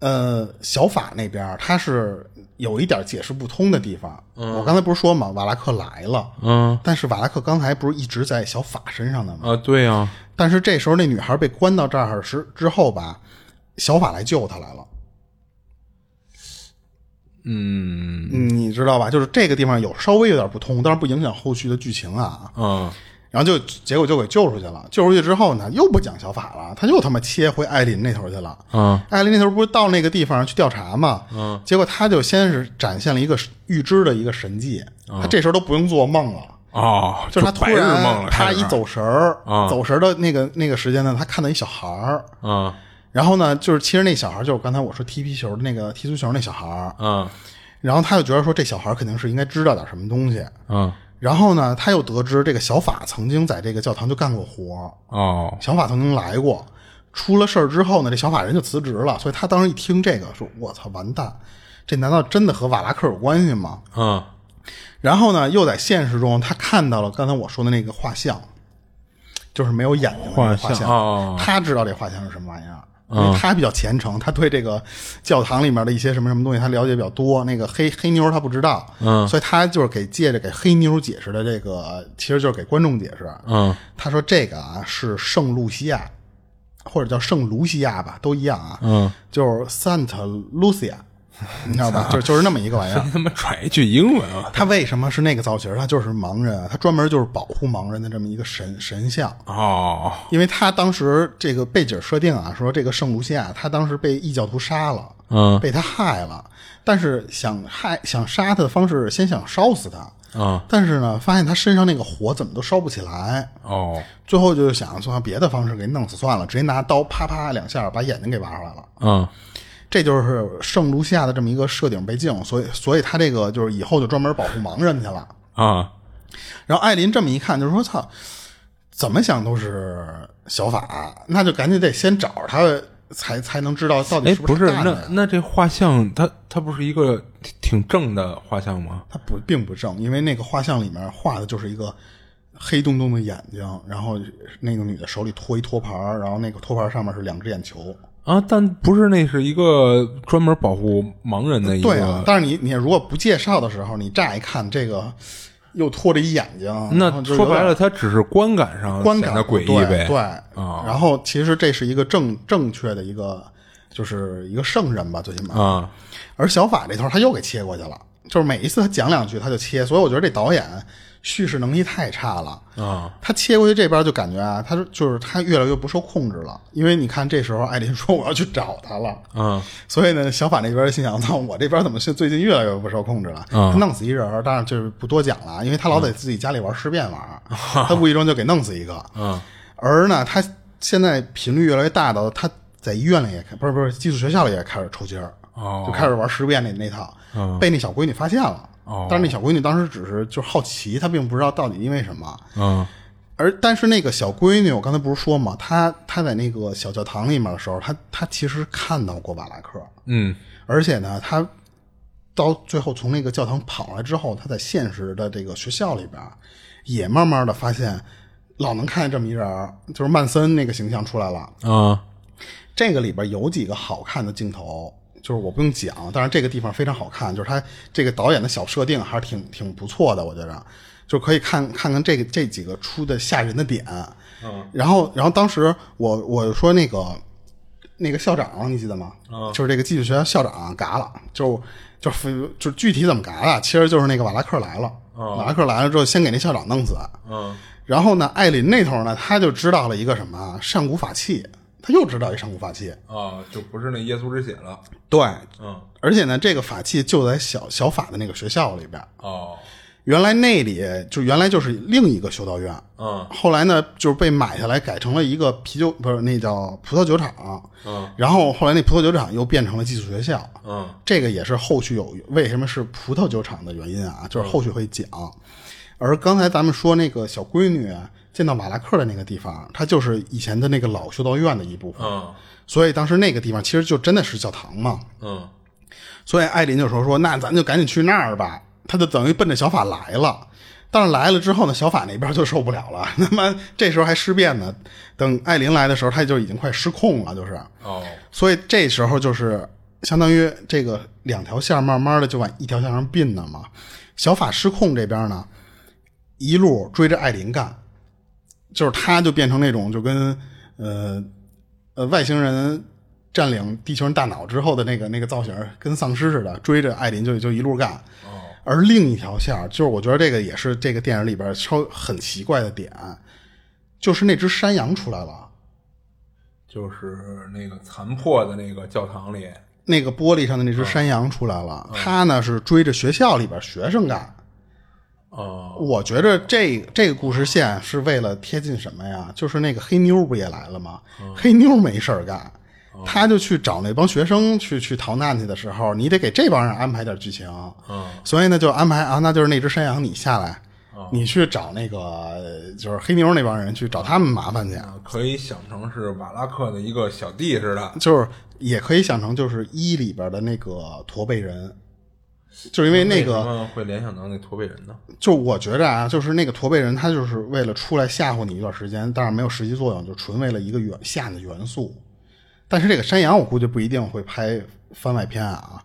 S8: 呃，小法那边儿他是有一点解释不通的地方。我刚才不是说嘛，瓦拉克来了，
S9: 嗯，
S8: 但是瓦拉克刚才不是一直在小法身上的吗？
S9: 啊，对呀，
S8: 但是这时候那女孩被关到这儿时之后吧，小法来救她来了。
S9: 嗯，
S8: 嗯，你知道吧？就是这个地方有稍微有点不通，但是不影响后续的剧情啊。
S9: 啊，
S8: 然后就结果就给救出去了。救出去之后呢，又不讲小法了，他又他妈切回艾琳那头去了。
S9: 啊，
S8: 艾琳那头不是到那个地方去调查嘛？嗯，结果他就先是展现了一个预知的一个神迹，他这时候都不用做梦了。
S9: 哦，
S8: 就是他突
S9: 嗯白日梦
S8: 然
S9: 了，
S8: 他
S9: 开始
S8: 一走神儿，
S9: 啊
S8: 走神儿的那个那个时间呢，他看到一小孩儿，
S9: 啊，
S8: 然后呢，就是其实那小孩儿就是刚才我说踢皮球的那个踢足球那小孩儿，
S9: 啊，
S8: 然后他就觉得说这小孩儿肯定是应该知道点什么东西，
S9: 啊，
S8: 然后呢，他又得知这个小法曾经在这个教堂就干过活儿，
S9: 哦，
S8: 小法曾经来过，出了事儿之后呢，这小法人就辞职了，所以他当时一听这个，说：“我操，完蛋，这难道真的和瓦拉克有关系吗
S9: 啊，？”
S8: 然后呢，又在现实中他看到了刚才我说的那个画像，就是没有眼睛的那个画
S9: 画像哦
S8: 他知道这画像是什么玩意儿。因为他比较虔诚，他对这个教堂里面的一些什么什么东西，他了解比较多。那个黑黑妞儿他不知道，嗯，所以他就是给借着给黑妞儿解释的这个，其实就是给观众解释，
S9: 嗯，
S8: 他说这个啊是圣露西亚，或者叫圣卢西亚吧，都一样啊。
S9: 嗯，
S8: 就是 Santa Lucia，你知道 吧？就就是那么一个玩意儿。
S9: 他妈拽一句英文啊，
S8: 他为什么是那个造型？他就是盲人，啊他专门就是保护盲人的这么一个神神像。
S9: 哦，
S8: 因为他当时这个背景设定啊，说这个圣卢西亚他当时被异教徒杀了，
S9: 嗯
S8: 被他害了，但是想害想杀他的方式，先想烧死他，
S9: 啊，
S8: 但是呢，发现他身上那个火怎么都烧不起来，
S9: 哦，
S8: 最后就是想算别的方式给弄死算了，直接拿刀啪啪两下把眼睛给挖出来了。
S9: 嗯，
S8: 这就是圣卢西亚的这么一个设定背景，所以所以他这个就是以后就专门保护盲人去了。
S9: 啊，
S8: 然后艾琳这么一看，就说：“操，怎么想都是小法，那就赶紧得先找着他，才才能知道到底
S9: 哎，
S8: 是
S9: 不
S8: 是
S9: 是，
S8: 他干的呀。
S9: 那那这画像，它它不是一个挺挺正的画像吗？
S8: 他不并不正，因为那个画像里面画的就是一个黑洞洞的眼睛，然后那个女的手里托一托盘儿，然后那个托盘儿上面是两只眼球。
S9: 啊，但不是，那是一个专门保护盲人的一个，
S8: 对啊，但是你你如果不介绍的时候，你乍一看这个又托着一眼睛，然后
S9: 那
S8: 就有
S9: 说白
S8: 点
S9: 了，它只是观感上
S8: 观
S9: 显
S8: 感
S9: 得
S8: 不
S9: 诡异
S8: 对，
S9: 呗。
S8: 对
S9: 啊
S8: 然后其实这是一个正正确的一个，就是一个圣人吧，最起码。
S9: 啊
S8: 而小法这头他又给切过去了，就是每一次他讲两句他就切，所以我觉得这导演叙事能力太差了
S9: 啊。
S8: 他切过去这边就感觉啊，他就就是他越来越不受控制了，因为你看这时候艾琳说 我要去找他了，
S9: 嗯，
S8: 所以呢，小法那边心想，那我这边怎么是最近越来越不受控制了？
S9: 嗯
S8: 他弄死一人儿，当然就是不多讲了，因为他老在自己家里玩尸变玩儿，他无意中就给弄死一个。
S9: 嗯，
S8: 而呢，他现在频率越来越大到他在医院里也开，不是不是寄宿学校里也开始抽筋儿，
S9: 哦
S8: 就开始玩尸变那那套，
S9: 嗯
S8: 被那小闺女发现了。
S9: 哦
S8: 但是那小闺女当时只是就是好奇，她并不知道到底因为什么。
S9: 嗯
S8: 而但是那个小闺女，我刚才不是说嘛，她她在那个小教堂里面的时候，她她其实看到过瓦拉克，
S9: 嗯
S8: 而且呢，她到最后从那个教堂跑出来之后，她在现实的这个学校里边，也慢慢的发现，老能看见这么一人儿，就是曼森那个形象出来了。
S9: 嗯
S8: 这个里边有几个好看的镜头，就是我不用讲，但是这个地方非常好看，就是他这个导演的小设定还是挺挺不错的，我觉着，就可以看看看这个这几个出的吓人的点。嗯，然后然后当时我我说那个那个校长你记得吗？就是这个寄宿学校校长嘎了，就就就具体怎么嘎了，其实就是那个瓦拉克来了，瓦拉克来了之后先给那校长弄死。
S9: 嗯
S8: 然后呢，艾琳那头呢，他就知道了一个什么啊上古法器，他又知道一上古法器。
S9: 啊，就不是那耶稣之血了。
S8: 对，
S9: 嗯
S8: 而且呢，这个法器就在小小法的那个学校里边。
S9: 哦
S8: 原来那里就原来就是另一个修道院，
S9: 嗯
S8: 后来呢就是被买下来，改成了一个啤酒不是那叫葡萄酒厂，
S9: 嗯
S8: 然后后来那葡萄酒厂又变成了寄宿学校，
S9: 嗯
S8: 这个也是后续有为什么是葡萄酒厂的原因啊，就是后续会讲。而刚才咱们说那个小闺女见到瓦拉克的那个地方，它就是以前的那个老修道院的一部分，
S9: 嗯
S8: 所以当时那个地方其实就真的是教堂嘛。
S9: 嗯
S8: 所以艾琳就说说那咱就赶紧去那儿吧，他就等于奔着小法来了。但是来了之后呢，小法那边就受不了 了，他妈这时候还尸变呢。等艾琳来的时候，他就已经快失控了，就是。
S9: 哦
S8: 所以这时候就是相当于这个两条线慢慢的就往一条线上并了嘛。小法失控这边呢，一路追着艾琳干，就是他就变成那种就跟呃呃外星人占领地球人大脑之后的那个那个造型，跟丧尸似的，追着艾琳就就一路干。而另一条线儿就是我觉得这个也是这个电影里边超很奇怪的点，就是那只山羊出来了。
S9: 就是那个残破的那个教堂里，
S8: 那个玻璃上的那只
S9: 嗯
S8: 山羊出来了，它呢是追着学校里边学生干。
S9: 嗯哦
S8: 我觉着这这个故事线是为了贴近什么呀？就是那个黑妞不也来了吗？
S9: 嗯
S8: 黑妞没事儿干，她就去找那帮学生去去逃难去的时候，你得给这帮人安排点剧情。
S9: 嗯
S8: 所以呢，就安排啊，那就是那只山羊你下来，你去找那个呃就是黑妞那帮人去找他们麻烦去。
S9: 啊，可以想成是瓦拉克的一个小弟似的。
S8: 就是也可以想成就是一里边的那个驼背人，就是因为那
S9: 为什
S8: 个，
S9: 么会联想到那驼背人呢？
S8: 就我觉着啊，就是那个驼背人，他就是为了出来吓唬你一段时间，但是没有实际作用，就纯为了一个元吓你的元素。但是这个山羊，我估计不一定会拍番外篇啊，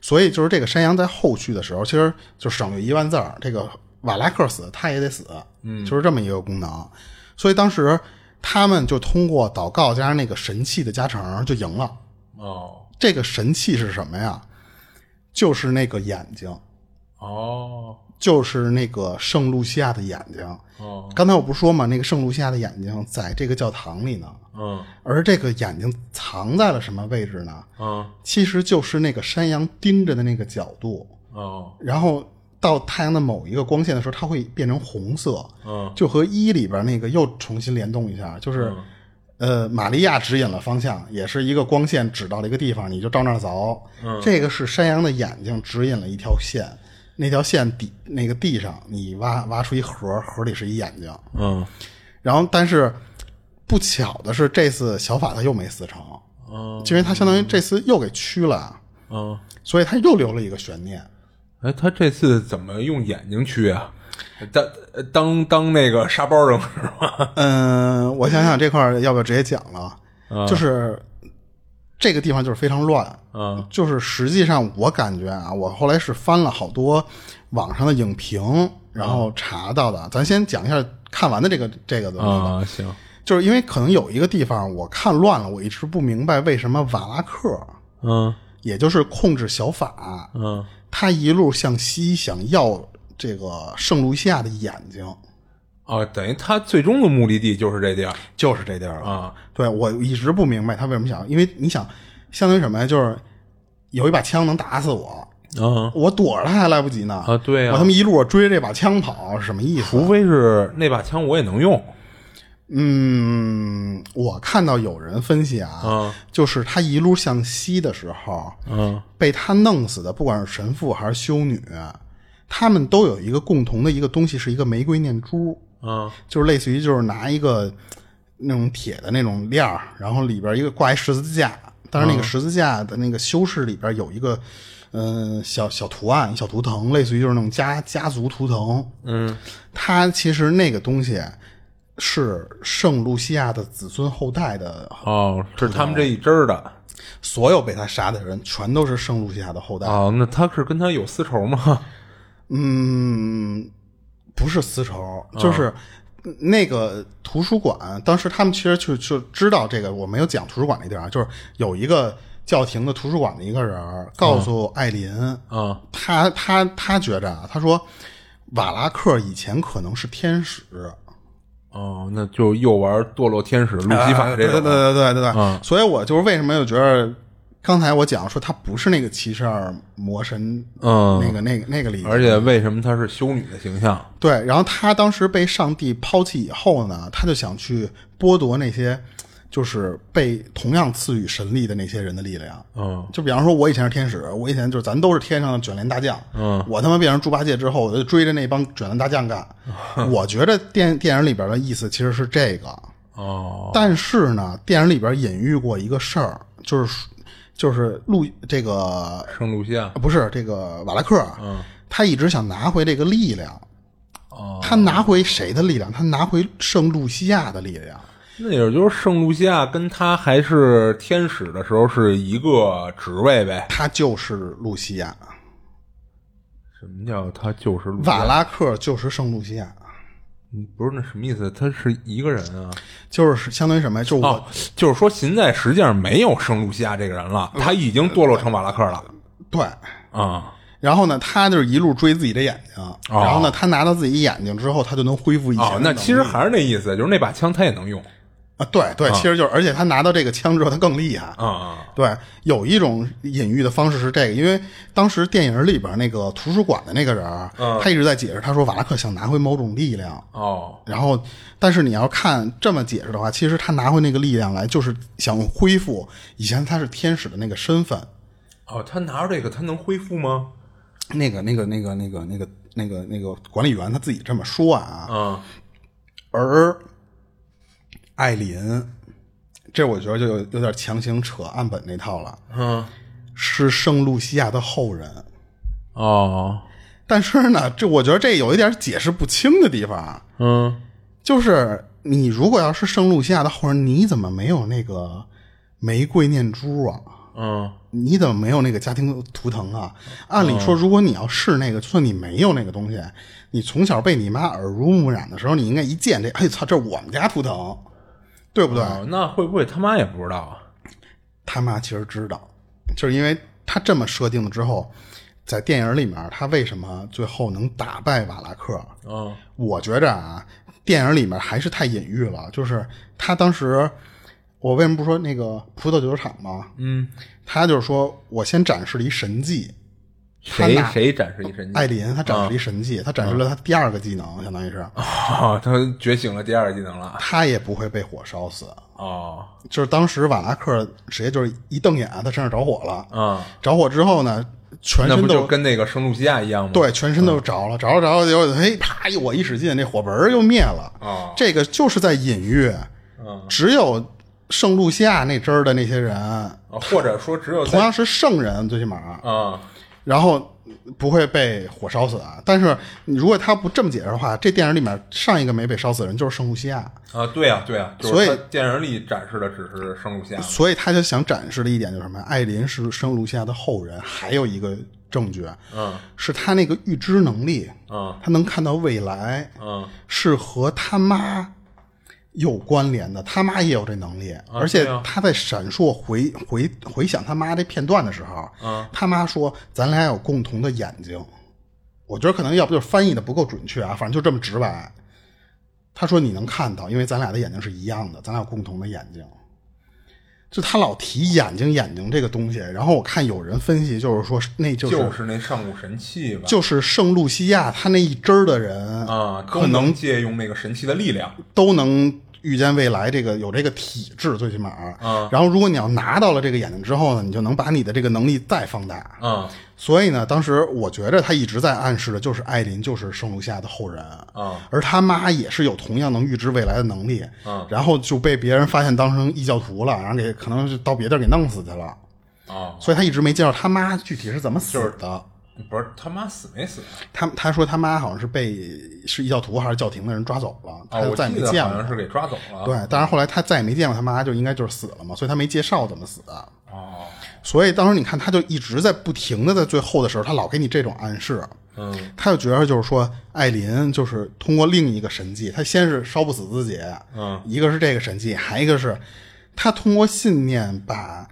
S8: 所以就是这个山羊在后续的时候，其实就省略一万字儿，这个瓦拉克死 他也得死，嗯，就是这么一个功能。所以当时他们就通过祷告加上那个神器的加成就赢了。
S9: 哦
S8: 这个神器是什么呀？就是那个眼睛，
S9: 哦
S8: 就是那个圣露西亚的眼睛。
S9: 哦
S8: 刚才我不是说嘛，那个圣露西亚的眼睛在这个教堂里呢，
S9: 嗯
S8: 而这个眼睛藏在了什么位置呢？
S9: 嗯
S8: 其实就是那个山羊盯着的那个角度，
S9: 哦
S8: 然后到太阳的某一个光线的时候，它会变成红色，
S9: 嗯
S8: 就和一里边那个又重新联动一下，就是。呃，玛利亚指引了方向，也是一个光线指到了一个地方，你就照那儿走。这个是山羊的眼睛指引了一条线，那条线底那个地上，你挖挖出一盒，盒里是一眼睛。
S9: 嗯
S8: 然后，但是不巧的是，这次小法他又没死成，
S9: 哦
S8: 因为他相当于这次又给驱了，
S9: 嗯。
S8: 所以他又留了一个悬念。
S9: 哎，他这次怎么用眼睛去啊？当当当那个沙包扔是吗？
S8: 嗯，我想想这块儿要不要直接讲了？就是这个地方就是非常乱，
S9: 嗯，
S8: 就是实际上我感觉啊，我后来是翻了好多网上的影评，然后查到的。咱先讲一下看完的这个这个东西吧，
S9: 啊，行，
S8: 就是因为可能有一个地方我看乱了，我一直不明白为什么瓦拉克
S9: 嗯
S8: 也就是控制小法。
S9: 嗯，
S8: 他一路向西想要这个圣露西亚的眼睛，
S9: 啊，等于他最终的目的地就是这地儿
S8: 就是这地儿了。
S9: 啊，
S8: 对我一直不明白他为什么想，因为你想，相当于什么呀？就是有一把枪能打死我，
S9: 嗯，
S8: 我躲着他还来不及呢。
S9: 啊对啊
S8: 我他妈一路追着这把枪跑，什么意思？
S9: 除非是那把枪我也能用，
S8: 嗯，我看到有人分析啊，
S9: 嗯
S8: 就是他一路向西的时候，
S9: 嗯，
S8: 被他弄死的，不管是神父还是修女，啊他们都有一个共同的一个东西，是一个玫瑰念珠，
S9: 嗯
S8: 就是类似于就是拿一个那种铁的那种链儿，然后里边一个挂一十字架，但是那个十字架的那个修饰里边有一个嗯、呃小小图案、小图腾，类似于就是那种家家族图腾。
S9: 嗯，
S8: 它其实那个东西是圣露西亚的子孙后代的，
S9: 哦，是他们这一支儿的
S8: 所有被他杀的人全都是圣露西亚的后代。
S9: 啊，那他是跟他有私仇吗？
S8: 嗯，不是丝绸，
S9: 嗯
S8: 就是那个图书馆。当时他们其实就就知道这个，我没有讲图书馆那地儿啊，就是有一个教廷的图书馆的一个人儿
S9: 嗯
S8: 告诉艾琳，
S9: 啊
S8: 他他他觉着啊，他说瓦拉克以前可能是天使，
S9: 啊哦，那就又玩堕落天使路西法这
S8: 啊对对
S9: 种，
S8: 对对对对，
S9: 嗯
S8: 所以我就是为什么又觉得。刚才我讲说他不是那个骑士二魔神，
S9: 嗯
S8: 那个那个那个里，
S9: 而且为什么她是修女的形象？
S8: 对，然后他当时被上帝抛弃以后呢，他就想去剥夺那些就是被同样赐予神力的那些人的力量。
S9: 嗯，
S8: 就比方说，我以前是天使，我以前就是咱都是天上的卷帘大将。
S9: 嗯，
S8: 我他妈变成猪八戒之后，我就追着那帮卷帘大将干。我觉得电电影里边的意思其实是这个，
S9: 哦，
S8: 但是呢，电影里边隐喻过一个事儿，就是就是路这个
S9: 圣露西亚
S8: 啊，不是这个瓦拉克，嗯，他一直想拿回这个力量。
S9: 哦，
S8: 他拿回谁的力量？他拿回圣露西亚的力量。
S9: 那也就是圣露西亚跟她还是天使的时候是一个职位呗？
S8: 他就是露西亚，
S9: 什么叫她就是露西亚
S8: 瓦？拉克就是圣露西亚，
S9: 嗯不是那什么意思？她是一个人啊？
S8: 就是相当于什么呀？就是我、
S9: 哦，就是说现在实际上没有圣露西亚这个人了，她已经堕落成瓦拉克了
S8: 对。
S9: 啊。
S8: 然后呢，他就是一路追自己的眼睛，然后呢，他拿到自己眼睛之后，他就能恢复以前的
S9: 哦，
S8: 能力、
S9: 那其实还嗯是那意思，就是那把枪她也能用
S8: 啊，对对，其实就是，而且他拿到这个枪之后，他更厉害。
S9: 啊啊
S8: 对，有一种隐喻的方式是这个，因为当时电影里边那个图书馆的那个人儿，他一直在解释，他说瓦拉克想拿回某种力量，
S9: 哦
S8: 然后，但是你要看这么解释的话，其实他拿回那个力量来，就是想恢复以前他是天使的那个身份，
S9: 哦，他拿着这个他能恢复吗？
S8: 那个、那个、那个、那个、那个、那个、那个管理员他自己这么说啊。
S9: 啊
S8: 而艾琳，这我觉得就有有点强行扯岸本那套了，
S9: 嗯
S8: 是圣露西亚的后人。
S9: 哦
S8: 但是呢，这我觉得这有一点解释不清的地方，啊
S9: 嗯
S8: 就是你如果要是圣露西亚的后人，你怎么没有那个玫瑰念珠啊？
S9: 嗯
S8: 你怎么没有那个家庭图腾啊？按理说，如果你要是那个，就算你没有那个东西，你从小被你妈耳濡目染的时候，你应该一见这，哎操，这是我们家图腾，对不对？
S9: 哦，那会不会他妈也不知道啊？
S8: 他妈其实知道，就是因为他这么设定了之后，在电影里面，他为什么最后能打败瓦拉克？
S9: 嗯
S8: 我觉着啊，电影里面还是太隐喻了。就是他当时，我为什么不说那个葡萄酒厂嘛？
S9: 嗯，
S8: 他就是说我先展示了一神技，他
S9: 谁
S8: 拿
S9: 谁展示一嗯神迹？
S8: 艾琳她展示了一神技，她展示了她第二个技能，相当于是
S9: 哦，他觉醒了第二技能了。
S8: 她也不会被火烧死。
S9: 哦，
S8: 就是当时瓦拉克直接就是一瞪眼，他身上着火了。
S9: 嗯，
S8: 着火之后呢，全
S9: 那
S8: 身
S9: 不
S8: 都
S9: 就跟那个圣露西亚一样吗？
S8: 对，全身都着了，着了着了，结果嘿，啪！我一使劲，那火盆儿又灭了。
S9: 哦
S8: 这个就是在隐喻，只有圣露西亚那支儿的那些人，
S9: 啊，或者说只有在
S8: 同样是圣人，最起码，
S9: 啊，
S8: 然后不会被火烧死啊。但是你如果他不这么解释的话，这电影里面上一个没被烧死的人就是圣露西亚，
S9: 啊，对啊，对啊，就是
S8: 所以
S9: 他电影里展示的只是圣露西亚嘛。
S8: 所以他就想展示的一点就是什么呀？艾琳是圣露西亚的后人，还有一个证据，
S9: 嗯，
S8: 是他那个预知能力，
S9: 嗯
S8: 他能看到未来，
S9: 嗯，
S8: 是和他妈有关联的，他妈也有这能力，而且
S9: 对啊
S8: 他在闪烁回回回想他妈这片段的时候，
S9: 啊
S8: 他妈说咱俩有共同的眼睛，我觉得可能要不就是翻译的不够准确啊，反正就这么直白。他说你能看到，因为咱俩的眼睛是一样的，咱俩有共同的眼睛。就他老提眼睛眼睛这个东西，然后我看有人分析，就是说那就是
S9: 就是那上古神器吧，
S8: 就是圣露西亚他那一支儿的人
S9: 啊，都
S8: 可能
S9: 借用那个神器的力量。
S8: 都能预见未来，这个有这个体质，最起码。
S9: 啊
S8: 然后如果你要拿到了这个眼睛之后呢，你就能把你的这个能力再放大。
S9: 啊
S8: 所以呢，当时我觉着他一直在暗示的就是艾琳就是圣露西亚的后人，
S9: 啊
S8: 而他妈也是有同样能预知未来的能力，然后就被别人发现当成异教徒了，然后给可能是到别地儿给弄死去了。
S9: 啊，
S8: 所以他一直没介绍他妈具体是怎么死
S9: 就是
S8: 的。
S9: 不是他妈死没死啊
S8: 他他说他妈好像是被是异教徒还是教廷的人抓走了，
S9: 啊？
S8: 他就
S9: 我
S8: 再也
S9: 记
S8: 没
S9: 得
S8: 见
S9: 好
S8: 过。
S9: 像是给抓走了。
S8: 对，但是后来他再也没见过他妈，就应该就是死了嘛，所以他没介绍怎么死的。
S9: 哦，
S8: 所以当时你看，他就一直在不停的在最后的时候，他老给你这种暗示，
S9: 嗯
S8: 他就觉得就是说，艾琳就是通过另一个神迹，他先是烧不死自己，
S9: 嗯，
S8: 一个是这个神迹，还一个是他通过信念把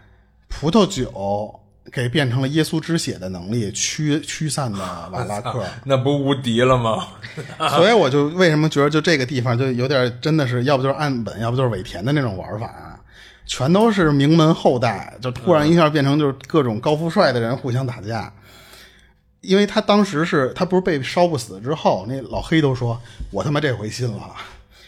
S8: 葡萄酒给变成了耶稣之血的能力，驱驱散的瓦拉 克。
S9: 那不无敌了吗？
S8: 所以我就为什么觉得就这个地方就有点真的是，要不就是岸本，要不就是尾田的那种玩法，啊全都是名门后代，就突然一下变成就是各种高富帅的人互相打架。因为他当时是他不是被烧不死之后，那老黑都说：“我他妈这回信了，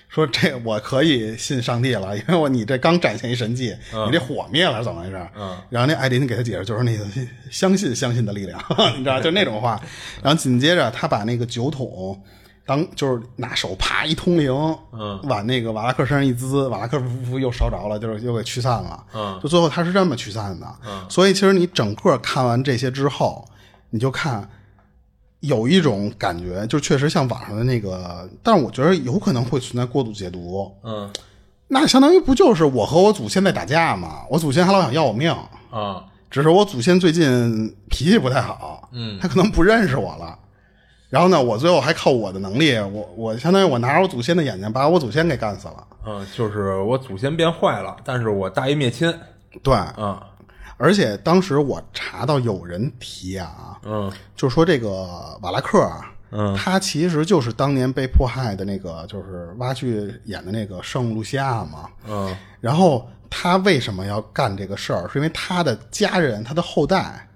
S8: 说这我可以信上帝了，因为我你这刚展现一神迹，你这火灭了，怎么回事？”
S9: 嗯
S8: 然后那艾琳给他解释就是那个相信相信的力量，你知道，就那种话。然后紧接着他把那个酒桶当就是拿手啪一通灵，
S9: 嗯
S8: 往那个瓦拉克身上一滋，瓦拉克呜呜又烧着了，就是又给驱散了。
S9: 嗯
S8: 就最后他是这么驱散的。所以其实你整个看完这些之后，你就看。有一种感觉，就确实像网上的那个，但是我觉得有可能会存在过度解读。
S9: 嗯
S8: 那相当于不就是我和我祖先在打架吗？我祖先还老想要我命，
S9: 啊，
S8: 只是我祖先最近脾气不太好，
S9: 嗯
S8: 他可能不认识我了。然后呢，我最后还靠我的能力，我我相当于我拿着我祖先的眼睛把我祖先给干死了。
S9: 嗯，就是我祖先变坏了，但是我大义灭亲。
S8: 对，
S9: 啊，
S8: 而且当时我查到有人提啊，
S9: 嗯
S8: 就说这个瓦拉克啊，
S9: 嗯
S8: 他其实就是当年被迫害的那个，就是挖去演的那个圣露西亚嘛，
S9: 嗯
S8: 然后他为什么要干这个事儿？是因为他的家人、他的后代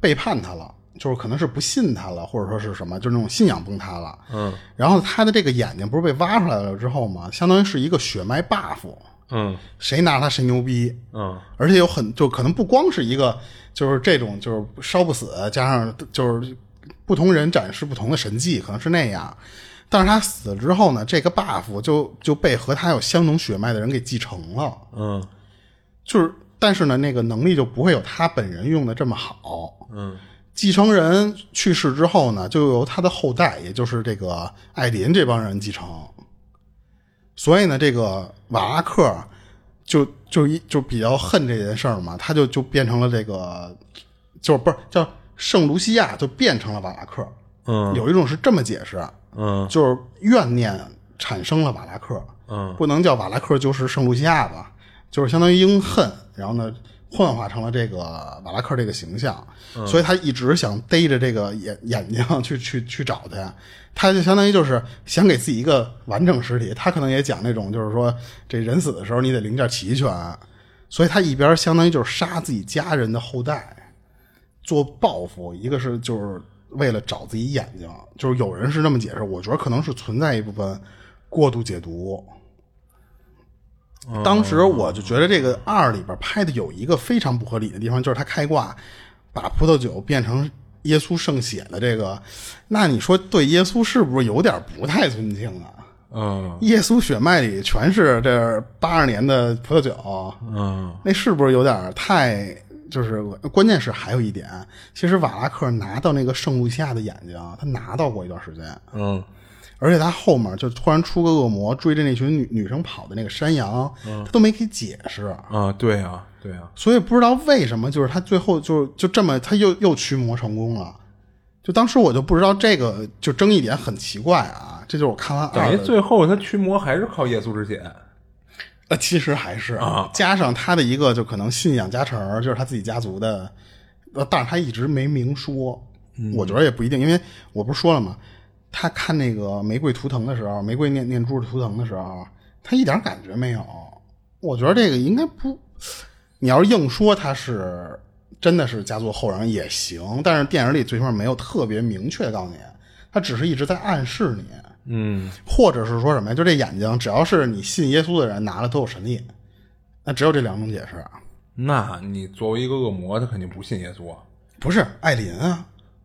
S8: 背叛他了，就是可能是不信他了，或者说是什么，就是那种信仰崩塌了。
S9: 嗯
S8: 然后他的这个眼睛不是被挖出来了之后吗？相当于是一个血脉 buff，
S9: 嗯
S8: 谁拿他谁牛逼。
S9: 嗯
S8: 而且有很就可能不光是一个，就是这种就是烧不死，加上就是不同人展示不同的神迹，可能是那样。但是他死了之后呢，这个 buff 就就被和他有相同血脉的人给继承了。
S9: 嗯
S8: 就是，但是呢，那个能力就不会有他本人用的这么好。
S9: 嗯
S8: 继承人去世之后呢，就由他的后代，也就是这个艾琳这帮人继承。所以呢，这个瓦拉克就就一就比较恨这件事儿嘛，他就就变成了这个，就是不是叫圣卢西亚，就变成了瓦拉克。
S9: 嗯
S8: 有一种是这么解释，啊
S9: 嗯
S8: 就是怨念产生了瓦拉克。
S9: 嗯
S8: 不能叫瓦拉克就是圣露西亚吧，就是相当于因恨，然后呢幻化成了这个瓦拉克这个形象，所以他一直想逮着这个眼眼睛去 去去找他，他就相当于就是想给自己一个完整实体。他可能也讲那种就是说这人死的时候你得零件齐全，所以他一边相当于就是杀自己家人的后代，做报复，一个是就是为了找自己眼睛，就是有人是这么解释，我觉得可能是存在一部分过度解读。当时我就觉得这个二里边拍的有一个非常不合理的地方，就是他开挂把葡萄酒变成耶稣圣血的这个，那你说对耶稣是不是有点不太尊敬啊？
S9: 嗯
S8: 耶稣血脉里全是这八十年的葡萄酒，
S9: 嗯
S8: 那是不是有点太？就是关键是还有一点，其实瓦拉克拿到那个圣露西亚的眼睛，他拿到过一段时间，
S9: 嗯
S8: 而且他后面就突然出个恶魔追着那群女女生跑的那个山羊，他都没给解释，
S9: 啊，对啊对啊，
S8: 所以不知道为什么，就是他最后就就这么他又又驱魔成功了。就当时我就不知道这个就争议点很奇怪啊，这就是我看完二
S9: 等于
S8: 的
S9: 最后他驱魔还是靠耶稣之血。
S8: 呃，其实还是
S9: 啊
S8: 加上他的一个就可能信仰加成儿，就是他自己家族的，呃，但是他一直没明说，我觉得也不一定，因为我不是说了吗？他看那个玫瑰图腾的时候，玫瑰念念珠的图腾的时候，他一点感觉没有。我觉得这个应该不，你要是硬说他是真的是家族后人也行，但是电影里最起码没有特别明确地告诉你，他只是一直在暗示你。
S9: 嗯，
S8: 或者是说什么呀？就这眼睛，只要是你信耶稣的人拿了都有神力，那只有这两种解释啊，
S9: 那你作为一个恶魔，他肯定不信耶稣啊。
S8: 不是艾琳啊，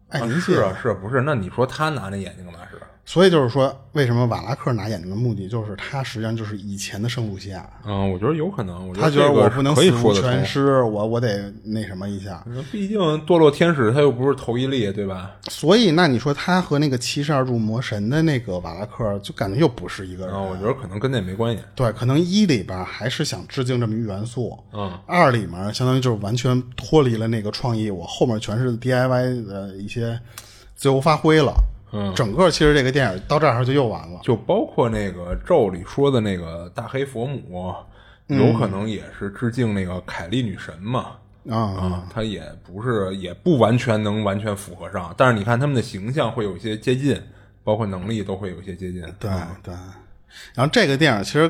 S8: 艾
S9: 啊
S8: 琳信
S9: 是啊，是啊不是？那你说他拿那眼睛干嘛使啊？
S8: 所以就是说，为什么瓦拉克拿眼睛的目的，就是他实际上就是以前的圣露西亚，
S9: 嗯，我觉得有可能。我觉
S8: 他
S9: 得
S8: 觉得
S9: 这个
S8: 我不能
S9: 可以
S8: 死
S9: 说
S8: 无
S9: 得
S8: 全
S9: 通。
S8: 尸，我我得那什么一下。
S9: 毕竟堕落天使他又不是头一例，对吧？
S8: 所以那你说他和那个七十二柱魔神的那个瓦拉克，就感觉又不是一个人。
S9: 啊，我觉得可能跟那没关系。
S8: 对，可能一里边还是想致敬这么一元素，
S9: 嗯，
S8: 二里面相当于就是完全脱离了那个创意，我后面全是 DIY 的一些自由发挥了，嗯，整个其实这个电影到这儿就又完了，
S9: 就包括那个咒里说的那个大黑佛母，
S8: 嗯
S9: 有可能也是致敬那个凯莉女神嘛。
S8: 啊、
S9: 啊，它也不是，也不完全能完全符合上，但是你看他们的形象会有一些接近，包括能力都会有一些接近。
S8: 对对，然后这个电影其实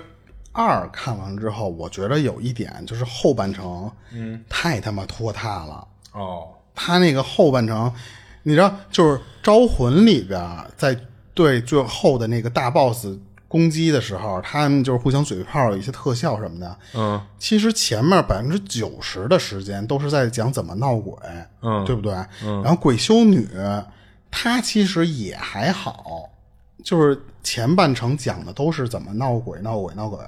S8: 二看完之后，我觉得有一点就是后半程，嗯，太他妈拖沓了，
S9: 哦，
S8: 他那个后半程，你知道，就是《招魂》里边儿在对最后的那个大 boss 攻击的时候，他们就是互相嘴炮，有一些特效什么的。
S9: 嗯，
S8: 其实前面百分之九十的时间都是在讲怎么闹鬼，
S9: 嗯
S8: 对不对？然后鬼修女她其实也还好，就是前半程讲的都是怎么闹鬼、闹鬼、闹鬼，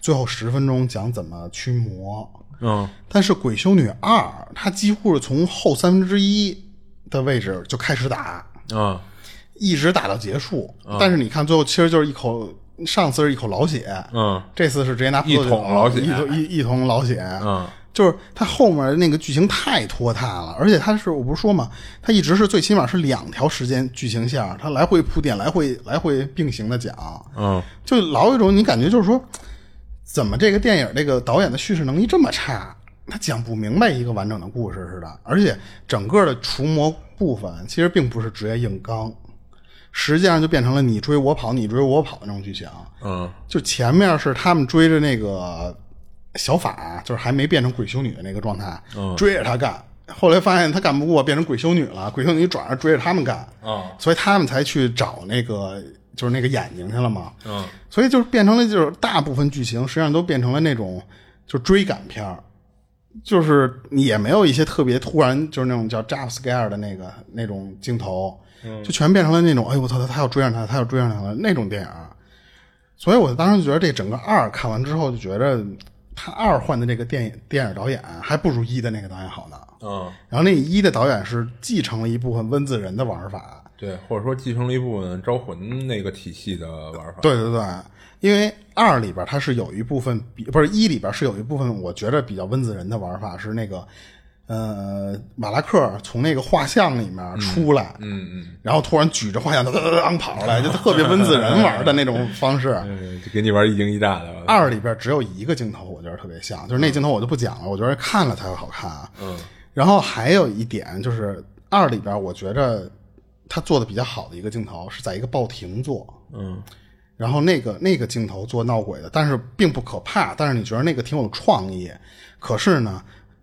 S8: 最后十分钟讲怎么驱魔。
S9: 嗯，
S8: 但是《鬼修女二》它几乎是从后三分之一的位置就开始打，
S9: 啊，
S8: 一直打到结束。
S9: 嗯
S8: 但是你看，最后其实就是一口，上次是一口老血，
S9: 嗯，
S8: 这次是直接拿葡萄酒
S9: 一桶老血
S8: 一桶一一桶老血，
S9: 嗯，
S8: 就是它后面那个剧情太拖沓了，而且它是我不是说嘛，它一直是最起码是两条时间剧情线，它来回铺垫，来回来回并行的讲，
S9: 嗯，
S8: 就老有一种你感觉就是说，怎么这个电影这个导演的叙事能力这么差？他讲不明白一个完整的故事似的，而且整个的除魔部分其实并不是职业硬刚，实际上就变成了你追我跑，你追我跑的那种剧情。
S9: 嗯，
S8: 就前面是他们追着那个小法，就是还没变成鬼修女的那个状态，追着他干。后来发现他干不过，变成鬼修女了。鬼修女转而追着他们干，
S9: 啊，
S8: 所以他们才去找那个就是那个眼睛去了嘛。
S9: 嗯，
S8: 所以就是变成了就是大部分剧情实际上都变成了那种就追赶片儿，就是也没有一些特别突然就是那种叫 jump scare 的那个那种镜头，就全变成了那种哎呦我操他他要追上他他要追上他了那种电影儿。所以我当时觉得这整个二看完之后就觉得他二换的这个电影电影导演还不如一的那个导演好呢。
S9: 嗯，
S8: 然后那一的导演是继承了一部分温子仁的玩法，
S9: 对，或者说继承了一部分招魂那个体系的玩法。
S8: 对对对，因为二里边它是有一部分比不是一里边是有一部分，我觉得比较温子仁的玩法是那个，呃，马拉克从那个画像里面出来，嗯嗯，然后突然举着画像噔噔噔噔跑出 来，就特别温子仁玩的那种方式。
S9: 嗯，就给你玩一惊一乍的。
S8: 二里边只有一个镜头，我觉得特别像，就是那镜头我就不讲了，我觉得看了才会好看啊。嗯，然后还有一点就是二里边，我觉着他做的比较好的一个镜头是在一个报亭做，
S9: 嗯，
S8: 然后那个那个镜头做闹鬼的，但是并不可怕，但是你觉得那个挺有创意。可是呢，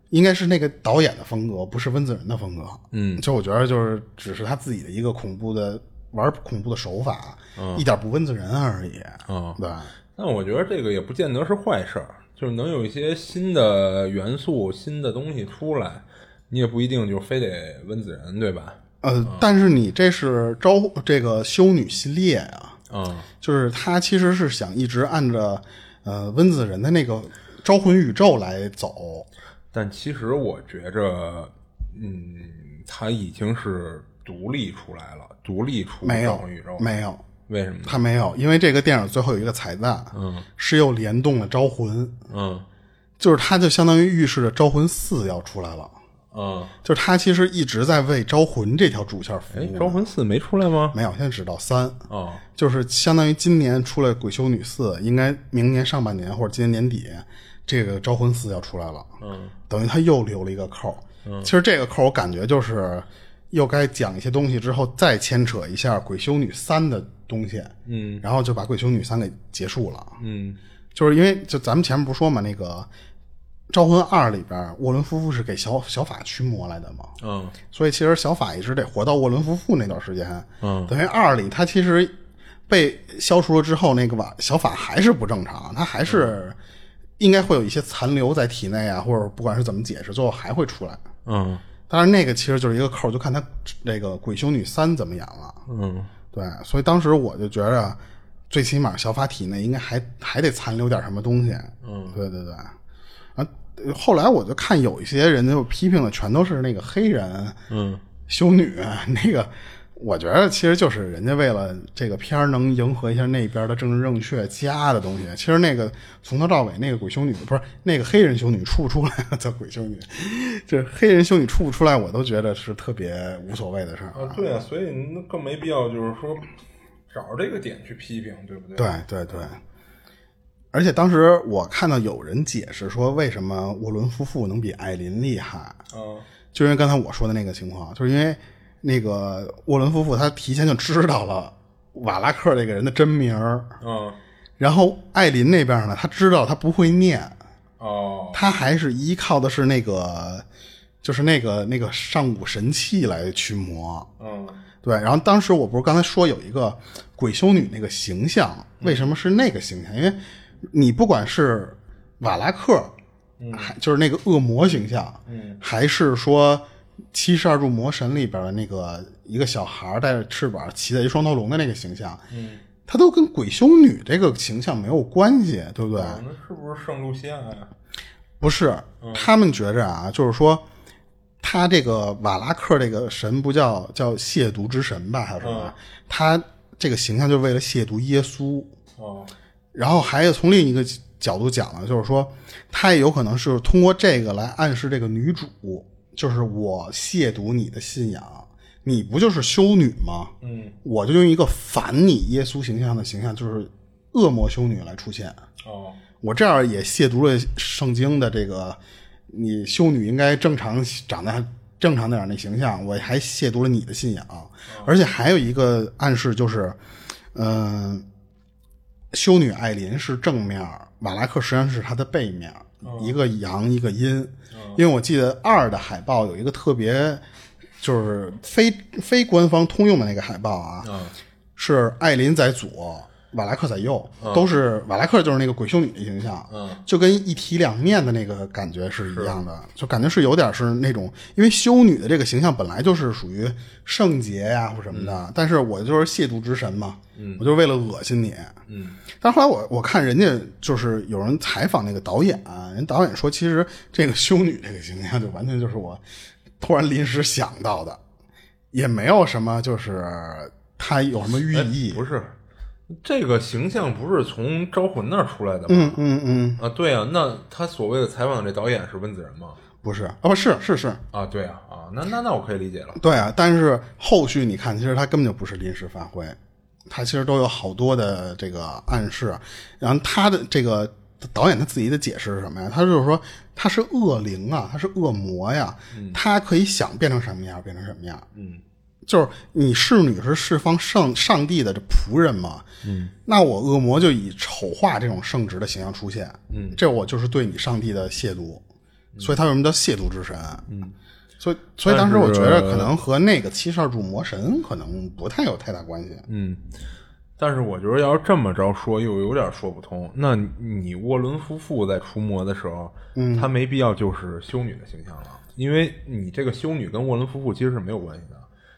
S8: 应该是那个导演的风格，不是温子仁的风格。
S9: 嗯
S8: 就我觉得就是只是他自己的一个恐怖的玩恐怖的手法，一点不温子仁而已。
S9: 嗯
S8: 对，
S9: 但我觉得这个也不见得是坏事儿，就是能有一些新的元素、新的东西出来，你也不一定就非得温子仁，对吧？
S8: 呃，但是你这是招这个修女系列啊，
S9: 嗯，
S8: 就是他其实是想一直按着呃温子仁的那个招魂宇宙来走。
S9: 但其实我觉着，嗯，它已经是独立出来了，独立出
S8: 没
S9: 招
S8: 有
S9: 魂宇宙，，
S8: 没有，
S9: 为什么呢？
S8: 他没有，因为这个电影最后有一个彩蛋，嗯，是又联动了《招魂》，
S9: 嗯，
S8: 就是它就相当于预示着《招魂四》要出来了。
S9: 啊、嗯，
S8: 就是他其实一直在为招魂这条主线服
S9: 哎，
S8: 务。
S9: 招魂四没出来吗？
S8: 没有，现在只到三，
S9: 哦，
S8: 就是相当于今年出来《鬼修女四》，应该明年上半年或者今年年底，这个《招魂四》要出来了。嗯，等于他又留了一个扣。嗯，其实这个扣我感觉就是又该讲一些东西之后，再牵扯一下《鬼修女三》的东西。嗯，然后就把《鬼修女三》给结束了。
S9: 嗯，
S8: 就是因为就咱们前面不是说嘛，那个《招魂二》里边，沃伦夫妇是给小小法驱魔来的嘛。
S9: 嗯，
S8: 所以其实小法一直得活到沃伦夫妇那段时间。
S9: 嗯
S8: 等于二里他其实被消除了之后，那个瓦小法还是不正常，他还是应该会有一些残留在体内啊，或者不管是怎么解释，最后还会出来。
S9: 嗯，
S8: 当然那个其实就是一个扣，就看他那个《鬼修女三》怎么演了。
S9: 嗯，
S8: 对，所以当时我就觉着，最起码小法体内应该还还得残留点什么东西。嗯，对对对。啊，呃后来我就看有一些人就批评的全都是那个黑人，嗯，修女那个，我觉得其实就是人家为了这个片儿能迎合一下那边的政治正确加的东西。其实那个从头到尾那个鬼修女不是那个黑人修女出不出来叫鬼修女，就是黑人修女出不出来，我都觉得是特别无所谓的事儿。
S9: 啊，对啊，所以那更没必要，就是说找着这个点去批评，对不对？
S8: 对对对，而且当时我看到有人解释说，为什么沃伦夫妇能比艾琳厉害，
S9: 啊，
S8: 就因为刚才我说的那个情况，就是因为那个沃伦夫妇他提前就知道了瓦拉克这个人的真名儿，
S9: 嗯，
S8: 然后艾琳那边呢，他知道他不会念，
S9: 哦，
S8: 他还是依靠的是那个，就是那个那个上古神器来驱魔，
S9: 嗯，
S8: 对，然后当时我不是刚才说有一个鬼修女那个形象，为什么是那个形象？因为你不管是瓦拉克，还就是那个恶魔形象，嗯，还是说七十二柱魔神里边的那个一个小孩带着翅膀骑在一双头龙的那个形象，嗯，它都跟鬼修女这个形象没有关系，对不对？
S9: 那是不是圣露西亚呀？
S8: 不是，他们觉着啊，就是说，他这个瓦拉克这个神不叫叫亵渎之神吧，还是什么？他这个形象就是为了亵渎耶稣。
S9: 哦，
S8: 然后还有从另一个角度讲呢，就是说，他也有可能是通过这个来暗示这个女主，就是我亵渎你的信仰，你不就是修女吗？
S9: 嗯，
S8: 我就用一个反你耶稣形象的形象，就是恶魔修女来出现。
S9: 哦，
S8: 我这样也亵渎了圣经的这个，你修女应该正常长得正常点儿那形象，我还亵渎了你的信仰，而且还有一个暗示就是，嗯、修女艾琳是正面儿，瓦拉克实际上是她的背面儿，一个阳一个阴。因为我记得二的海报有一个特别，就是非非官方通用的那个海报啊，是艾琳在左，瓦拉克在右，都是瓦拉克就是那个鬼修女的形象，
S9: 嗯，
S8: 就跟一体两面的那个感觉是一样的，就感觉是有点是那种，因为修女的这个形象本来就是属于圣洁呀、或什么的，但是我就是亵渎之神嘛，嗯，我就是为了恶心你，嗯，但后来我我看人家就是有人采访那个导演、啊人导演说，其实这个修女这个形象就完全就是我突然临时想到的，也没有什么就是。它有什么寓意？
S9: 哎不是，这个形象不是从招魂那儿出来的吗？
S8: 嗯嗯嗯，
S9: 啊，对啊，那他所谓的采访这导演是温子仁吗？
S8: 不是，哦，是是是，
S9: 啊，对啊，啊，那那那我可以理解了。
S8: 对啊。但是后续你看，其实它根本就不是临时发挥，它其实都有好多的这个暗示。然后他的这个导演他自己的解释是什么呀？他就是说他是恶灵啊，他是恶魔呀，他可以想变成什么样变成什么样。
S9: 嗯，
S8: 就是你侍女是释放上上帝的这仆人嘛，嗯，那我恶魔就以丑化这种圣职的形象出现，嗯，这我就是对你上帝的亵渎，所以他为什么叫亵渎之神？嗯，所以所以当时我觉得可能和那个七十二柱魔神可能不太有太大关系，
S9: 嗯，但是我觉得要是这么着说，又有点说不通。那你你沃伦夫妇在出魔的时候，嗯，他没必要就是修女的形象了，因为你这个修女跟沃伦夫妇其实是没有关系的，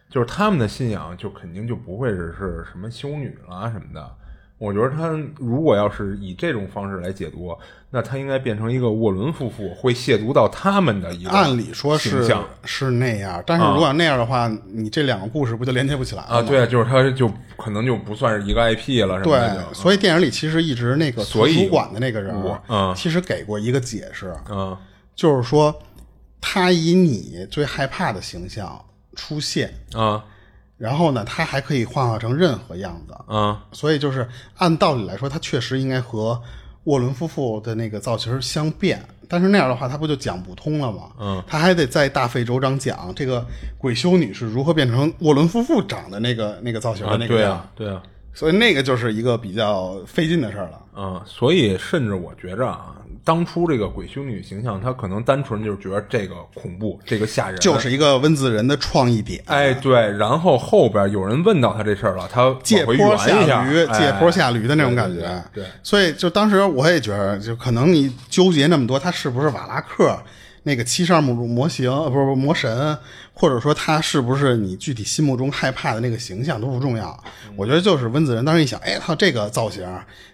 S9: 就是他们的信仰就肯定就不会是是什么修女啦什么的。我觉得他如果要是以这种方式来解读，那他应该变成一个沃伦夫妇会亵渎到他们的一个
S8: 按理说
S9: 嗯形
S8: 是
S9: 象
S8: 是那样，但是如果要那样的话，你这两个故事不就连接不起来了吗
S9: 啊，对，啊，就是他就可能就不算是一个 IP 了，什么的
S8: 对，
S9: 就
S8: 所以电影里其实一直那个图
S9: 所以
S8: 书馆的那个人
S9: 我嗯
S8: 其实给过一个解释，
S9: 嗯
S8: 就是说，他以你最害怕的形象出现，
S9: 啊
S8: 然后呢，他还可以幻化成任何样子。
S9: 啊
S8: 所以就是按道理来说，他确实应该和沃伦夫妇的那个造型相变，但是那样的话，他不就讲不通了吗？
S9: 嗯，
S8: 他还得再大费周章讲这个鬼修女是如何变成沃伦夫妇长的那个那个造型的
S9: 啊！
S8: 那个
S9: 对
S8: 样。
S9: 啊，对啊，
S8: 所以那个就是一个比较费劲的事儿了。
S9: 啊！所以甚至我觉着啊，当初这个鬼修女形象，她可能单纯就是觉得这个恐怖，这个吓人，
S8: 就是一个温子仁的创意点，
S9: 哎，对，然后后边有人问到他这事儿了，他往
S8: 借
S9: 回
S8: 坡
S9: 圆一
S8: 下
S9: 下，
S8: 驴，
S9: 哎
S8: 借坡下驴的那种感觉。
S9: 对对对对
S8: 所以就当时我也觉得，就可能你纠结那么多，他是不是瓦拉克那个七十二目模型，呃不是不是魔神，或者说他是不是你具体心目中害怕的那个形象都不重要。
S9: 嗯
S8: 我觉得就是温子仁当时一想，哎，他这个造型，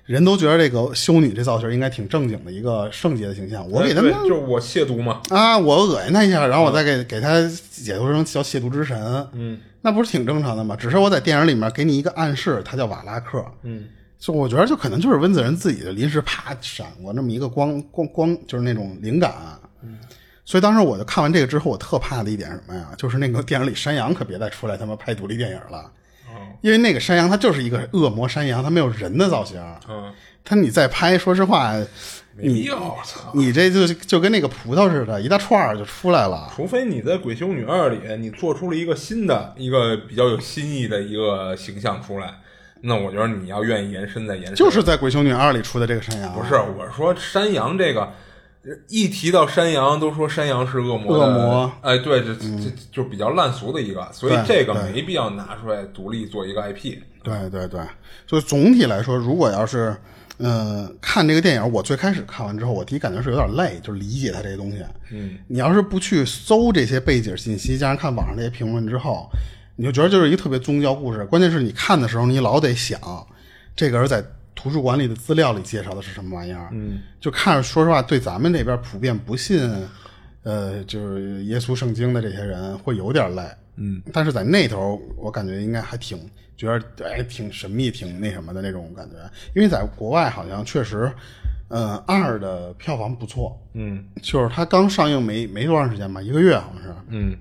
S8: 人都觉得这个修女这造型应该挺正经的一个圣洁的形象，我给他
S9: 对
S8: 们
S9: 就是我亵渎嘛，
S8: 啊，我恶心他一下，然后我再给、给他解读成叫亵渎之神，嗯，那不是挺正常的吗？只是我在电影里面给你一个暗示，他叫瓦拉克，嗯，就我觉得就可能就是温子仁自己就临时啪闪过那么一个光光光，就是那种灵感、嗯，所以当时我就看完这个之后，我特怕的一点是什么呀？就是那个电影里山羊可别再出来他妈拍独立电影了。因为那个山羊，它就是一个恶魔山羊，它没有人的造型。嗯，它你再拍，说实话，
S9: 没必要，我操！
S8: 你这就就跟那个葡萄似的，一大串儿就出来了。
S9: 除非你在《鬼修女二》里，你做出了一个新的、一个比较有新意的一个形象出来，那我觉得你要愿意延伸再延伸。
S8: 就是在《鬼修女二》里出的这个山羊，
S9: 不是我说山羊这个，一提到山羊都说山羊是恶魔的，
S8: 恶魔嗯
S9: 哎，对，这这这就比较烂俗的一个，所以
S8: 对
S9: 这个
S8: 对
S9: 没必要拿出来独立做一个 IP。
S8: 对对对，所以总体来说，如果要是嗯、呃看这个电影，我最开始看完之后，我第一感觉是有点累，就是理解它这些东西。嗯，你要是不去搜这些背景信息，加上看网上这些评论之后，你就觉得就是一个特别宗教故事。关键是你看的时候，你老得想这个人在图书馆里的资料里介绍的是什么玩意儿。嗯，就看着说实话，对咱们这边普遍不信。呃，就是耶稣圣经的这些人会有点累，嗯，但是在那头，我感觉应该还挺觉得哎挺神秘、挺那什么的那种感觉，因为在国外好像确实，呃，二的票房不错，
S9: 嗯
S8: 就是它刚上映没没多长时间吧，一个月好像是，
S9: 嗯，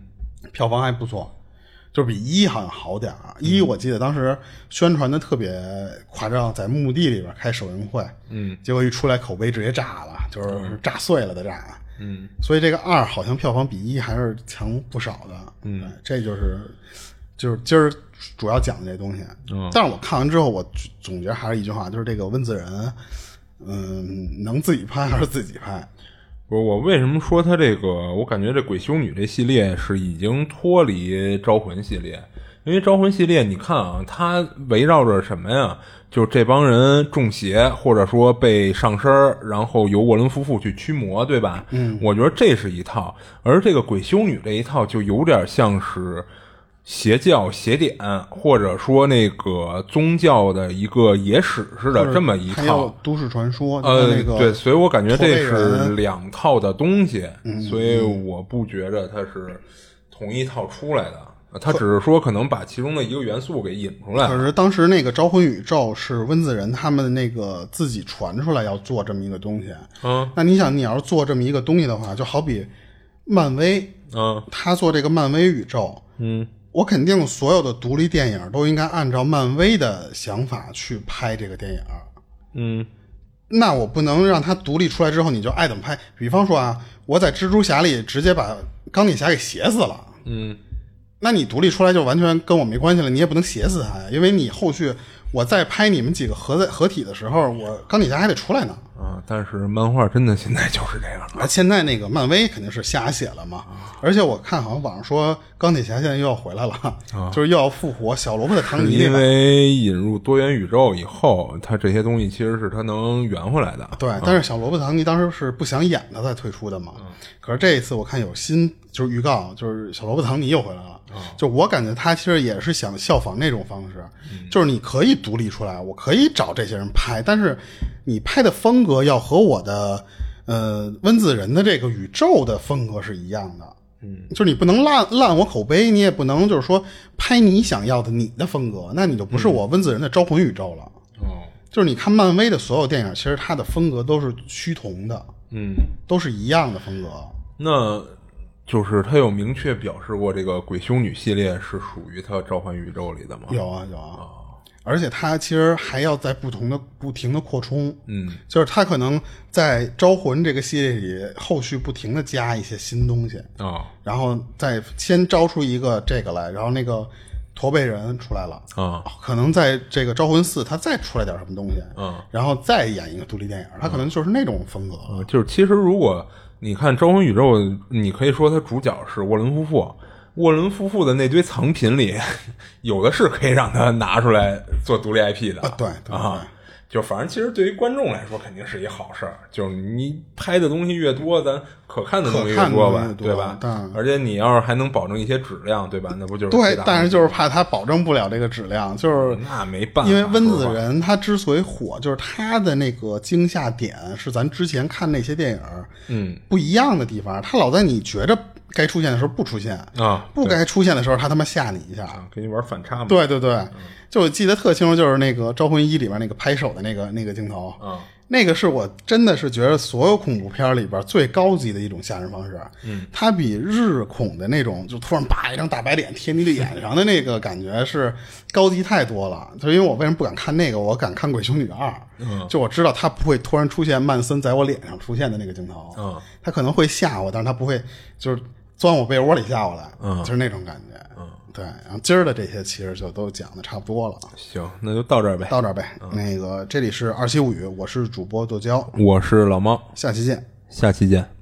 S8: 票房还不错，就是比一好像好点儿。啊一
S9: 嗯
S8: 我记得当时宣传的特别夸张，在墓地里边开首映会，
S9: 嗯，
S8: 结果一出来口碑直接炸了，就是炸碎了的炸。啊
S9: 嗯，
S8: 所以这个二好像票房比一还是强不少的。嗯，这就是就是今儿主要讲的这东西。嗯，但是我看完之后，我总结还是一句话，就是这个温子仁，嗯，能自己拍还是自己拍。
S9: 不是我为什么说它这个？我感觉这鬼修女这系列是已经脱离招魂系列，因为招魂系列你看啊，它围绕着什么呀？就是这帮人中邪，或者说被上身儿，然后由沃伦夫妇去驱魔，对吧？嗯，我觉得这是一套，而这个鬼修女这一套就有点像是。邪教邪典，或者说那个宗教的一个野史似的，这么一
S8: 还有
S9: 套
S8: 都市传说，就
S9: 呃，
S8: 是那个
S9: 对，所以我感觉
S8: 驼
S9: 这
S8: 背人
S9: 是两套的东西，
S8: 嗯
S9: 所以我不觉着它是同一套出来的，呃它只是说可能把其中的一个元素给引出来
S8: 可
S9: 了。
S8: 是当时那个招魂宇宙是温子仁他们那个自己传出来要做这么一个东西。
S9: 嗯，
S8: 那你想，你要是做这么一个东西的话，就好比漫威，
S9: 嗯
S8: 他做这个漫威宇宙，
S9: 嗯，
S8: 我肯定所有的独立电影都应该按照漫威的想法去拍这个电影。
S9: 嗯，
S8: 那我不能让它独立出来之后你就爱怎么拍。比方说啊，我在蜘蛛侠里直接把钢铁侠给写死了。
S9: 嗯，
S8: 那你独立出来就完全跟我没关系了，你也不能写死他呀，因为你后续我再拍你们几个合在合体的时候，我钢铁侠还得出来呢。
S9: 啊，但是漫画真的现在就是这样
S8: 啊，现在那个漫威肯定是瞎写了嘛，
S9: 啊
S8: 而且我看好像网上说钢铁侠现在又要回来了，就是又要复活小萝卜的唐
S9: 啊是
S8: 尼
S9: 因
S8: 那版。
S9: 为引入多元宇宙以后，它这些东西其实是它能圆回来的。啊
S8: 对，但是小萝卜唐尼当时是不想演他才退出的嘛。可是这一次我看有新就是预告，就是小萝卜唐尼又回来了。就我感觉他其实也是想效仿那种方式，就是你可以独立出来，我可以找这些人拍，但是你拍的风格要和我的呃温子仁的这个宇宙的风格是一样的。就是你不能烂烂我口碑，你也不能就是说拍你想要的你的风格，那你就不是我温子仁的招魂宇宙了。
S9: 哦，
S8: 就是你看漫威的所有电影，其实它的风格都是趋同的，
S9: 嗯，
S8: 都是一样的风格。
S9: 那就是他有明确表示过，这个鬼修女系列是属于他召唤宇宙里的吗？
S8: 有啊有啊，而且它其实还要在不同的不停的扩充，
S9: 嗯，
S8: 就是它可能在招魂这个系列里后续不停的加一些新东西，
S9: 啊
S8: 然后再先招出一个这个来，然后那个驼背人出来了，
S9: 啊
S8: 可能在这个招魂四它再出来点什么东西，
S9: 嗯
S8: 然后再演一个独立电影，它可能就是那种风格了。
S9: 啊！就是其实如果你看《招魂宇宙》，你可以说它主角是沃伦夫妇。沃伦夫妇的那堆藏品里， 有的是可以让他拿出来做独立 IP 的。
S8: 啊对对
S9: 啊
S8: 对，
S9: 就反正其实对于观众来说肯定是一好事儿，就是你拍的东西越多，咱可看的东西越
S8: 可看的
S9: 吧
S8: 东西，多
S9: 对吧
S8: 当然？
S9: 而且你要是还能保证一些质量，对吧？那不就是最
S8: 对
S9: 大的，
S8: 但是就是怕它保证不了这个质量，就是
S9: 那没办法，
S8: 因为温子
S9: 说实话
S8: 仁他之所以火，就是他的那个惊吓点是咱之前看那些电影，
S9: 嗯
S8: 不一样的地方。他老在你觉着该出现的时候不出现，
S9: 啊，
S8: 不
S9: 对
S8: 该出现的时候他他妈吓你一下。
S9: 啊，给你玩反差嘛，
S8: 对对对，就我记得特清楚，就是那个《招魂一》里边那个拍手的那个那个镜头，
S9: 啊，
S8: 那个是我真的是觉得所有恐怖片里边最高级的一种吓人方式。嗯，它比日恐的那种就突然啪一张大白脸贴你脸上的那个感觉是高级太多了。就因为我为什么不敢看那个，我敢看《鬼修女二》。嗯，就我知道它不会突然出现曼森在我脸上出现的那个镜头。
S9: 嗯，
S8: 它可能会吓我，但是它不会就是钻我被窝里吓我来。嗯，就是那种感觉。嗯，对。然后今儿的这些其实就都讲的差不多了。啊
S9: 行，那就到这儿呗。
S8: 到这儿呗，那个这里是二七物语，我是主播剁椒，
S9: 我是老猫，
S8: 下期见。
S9: 下期见。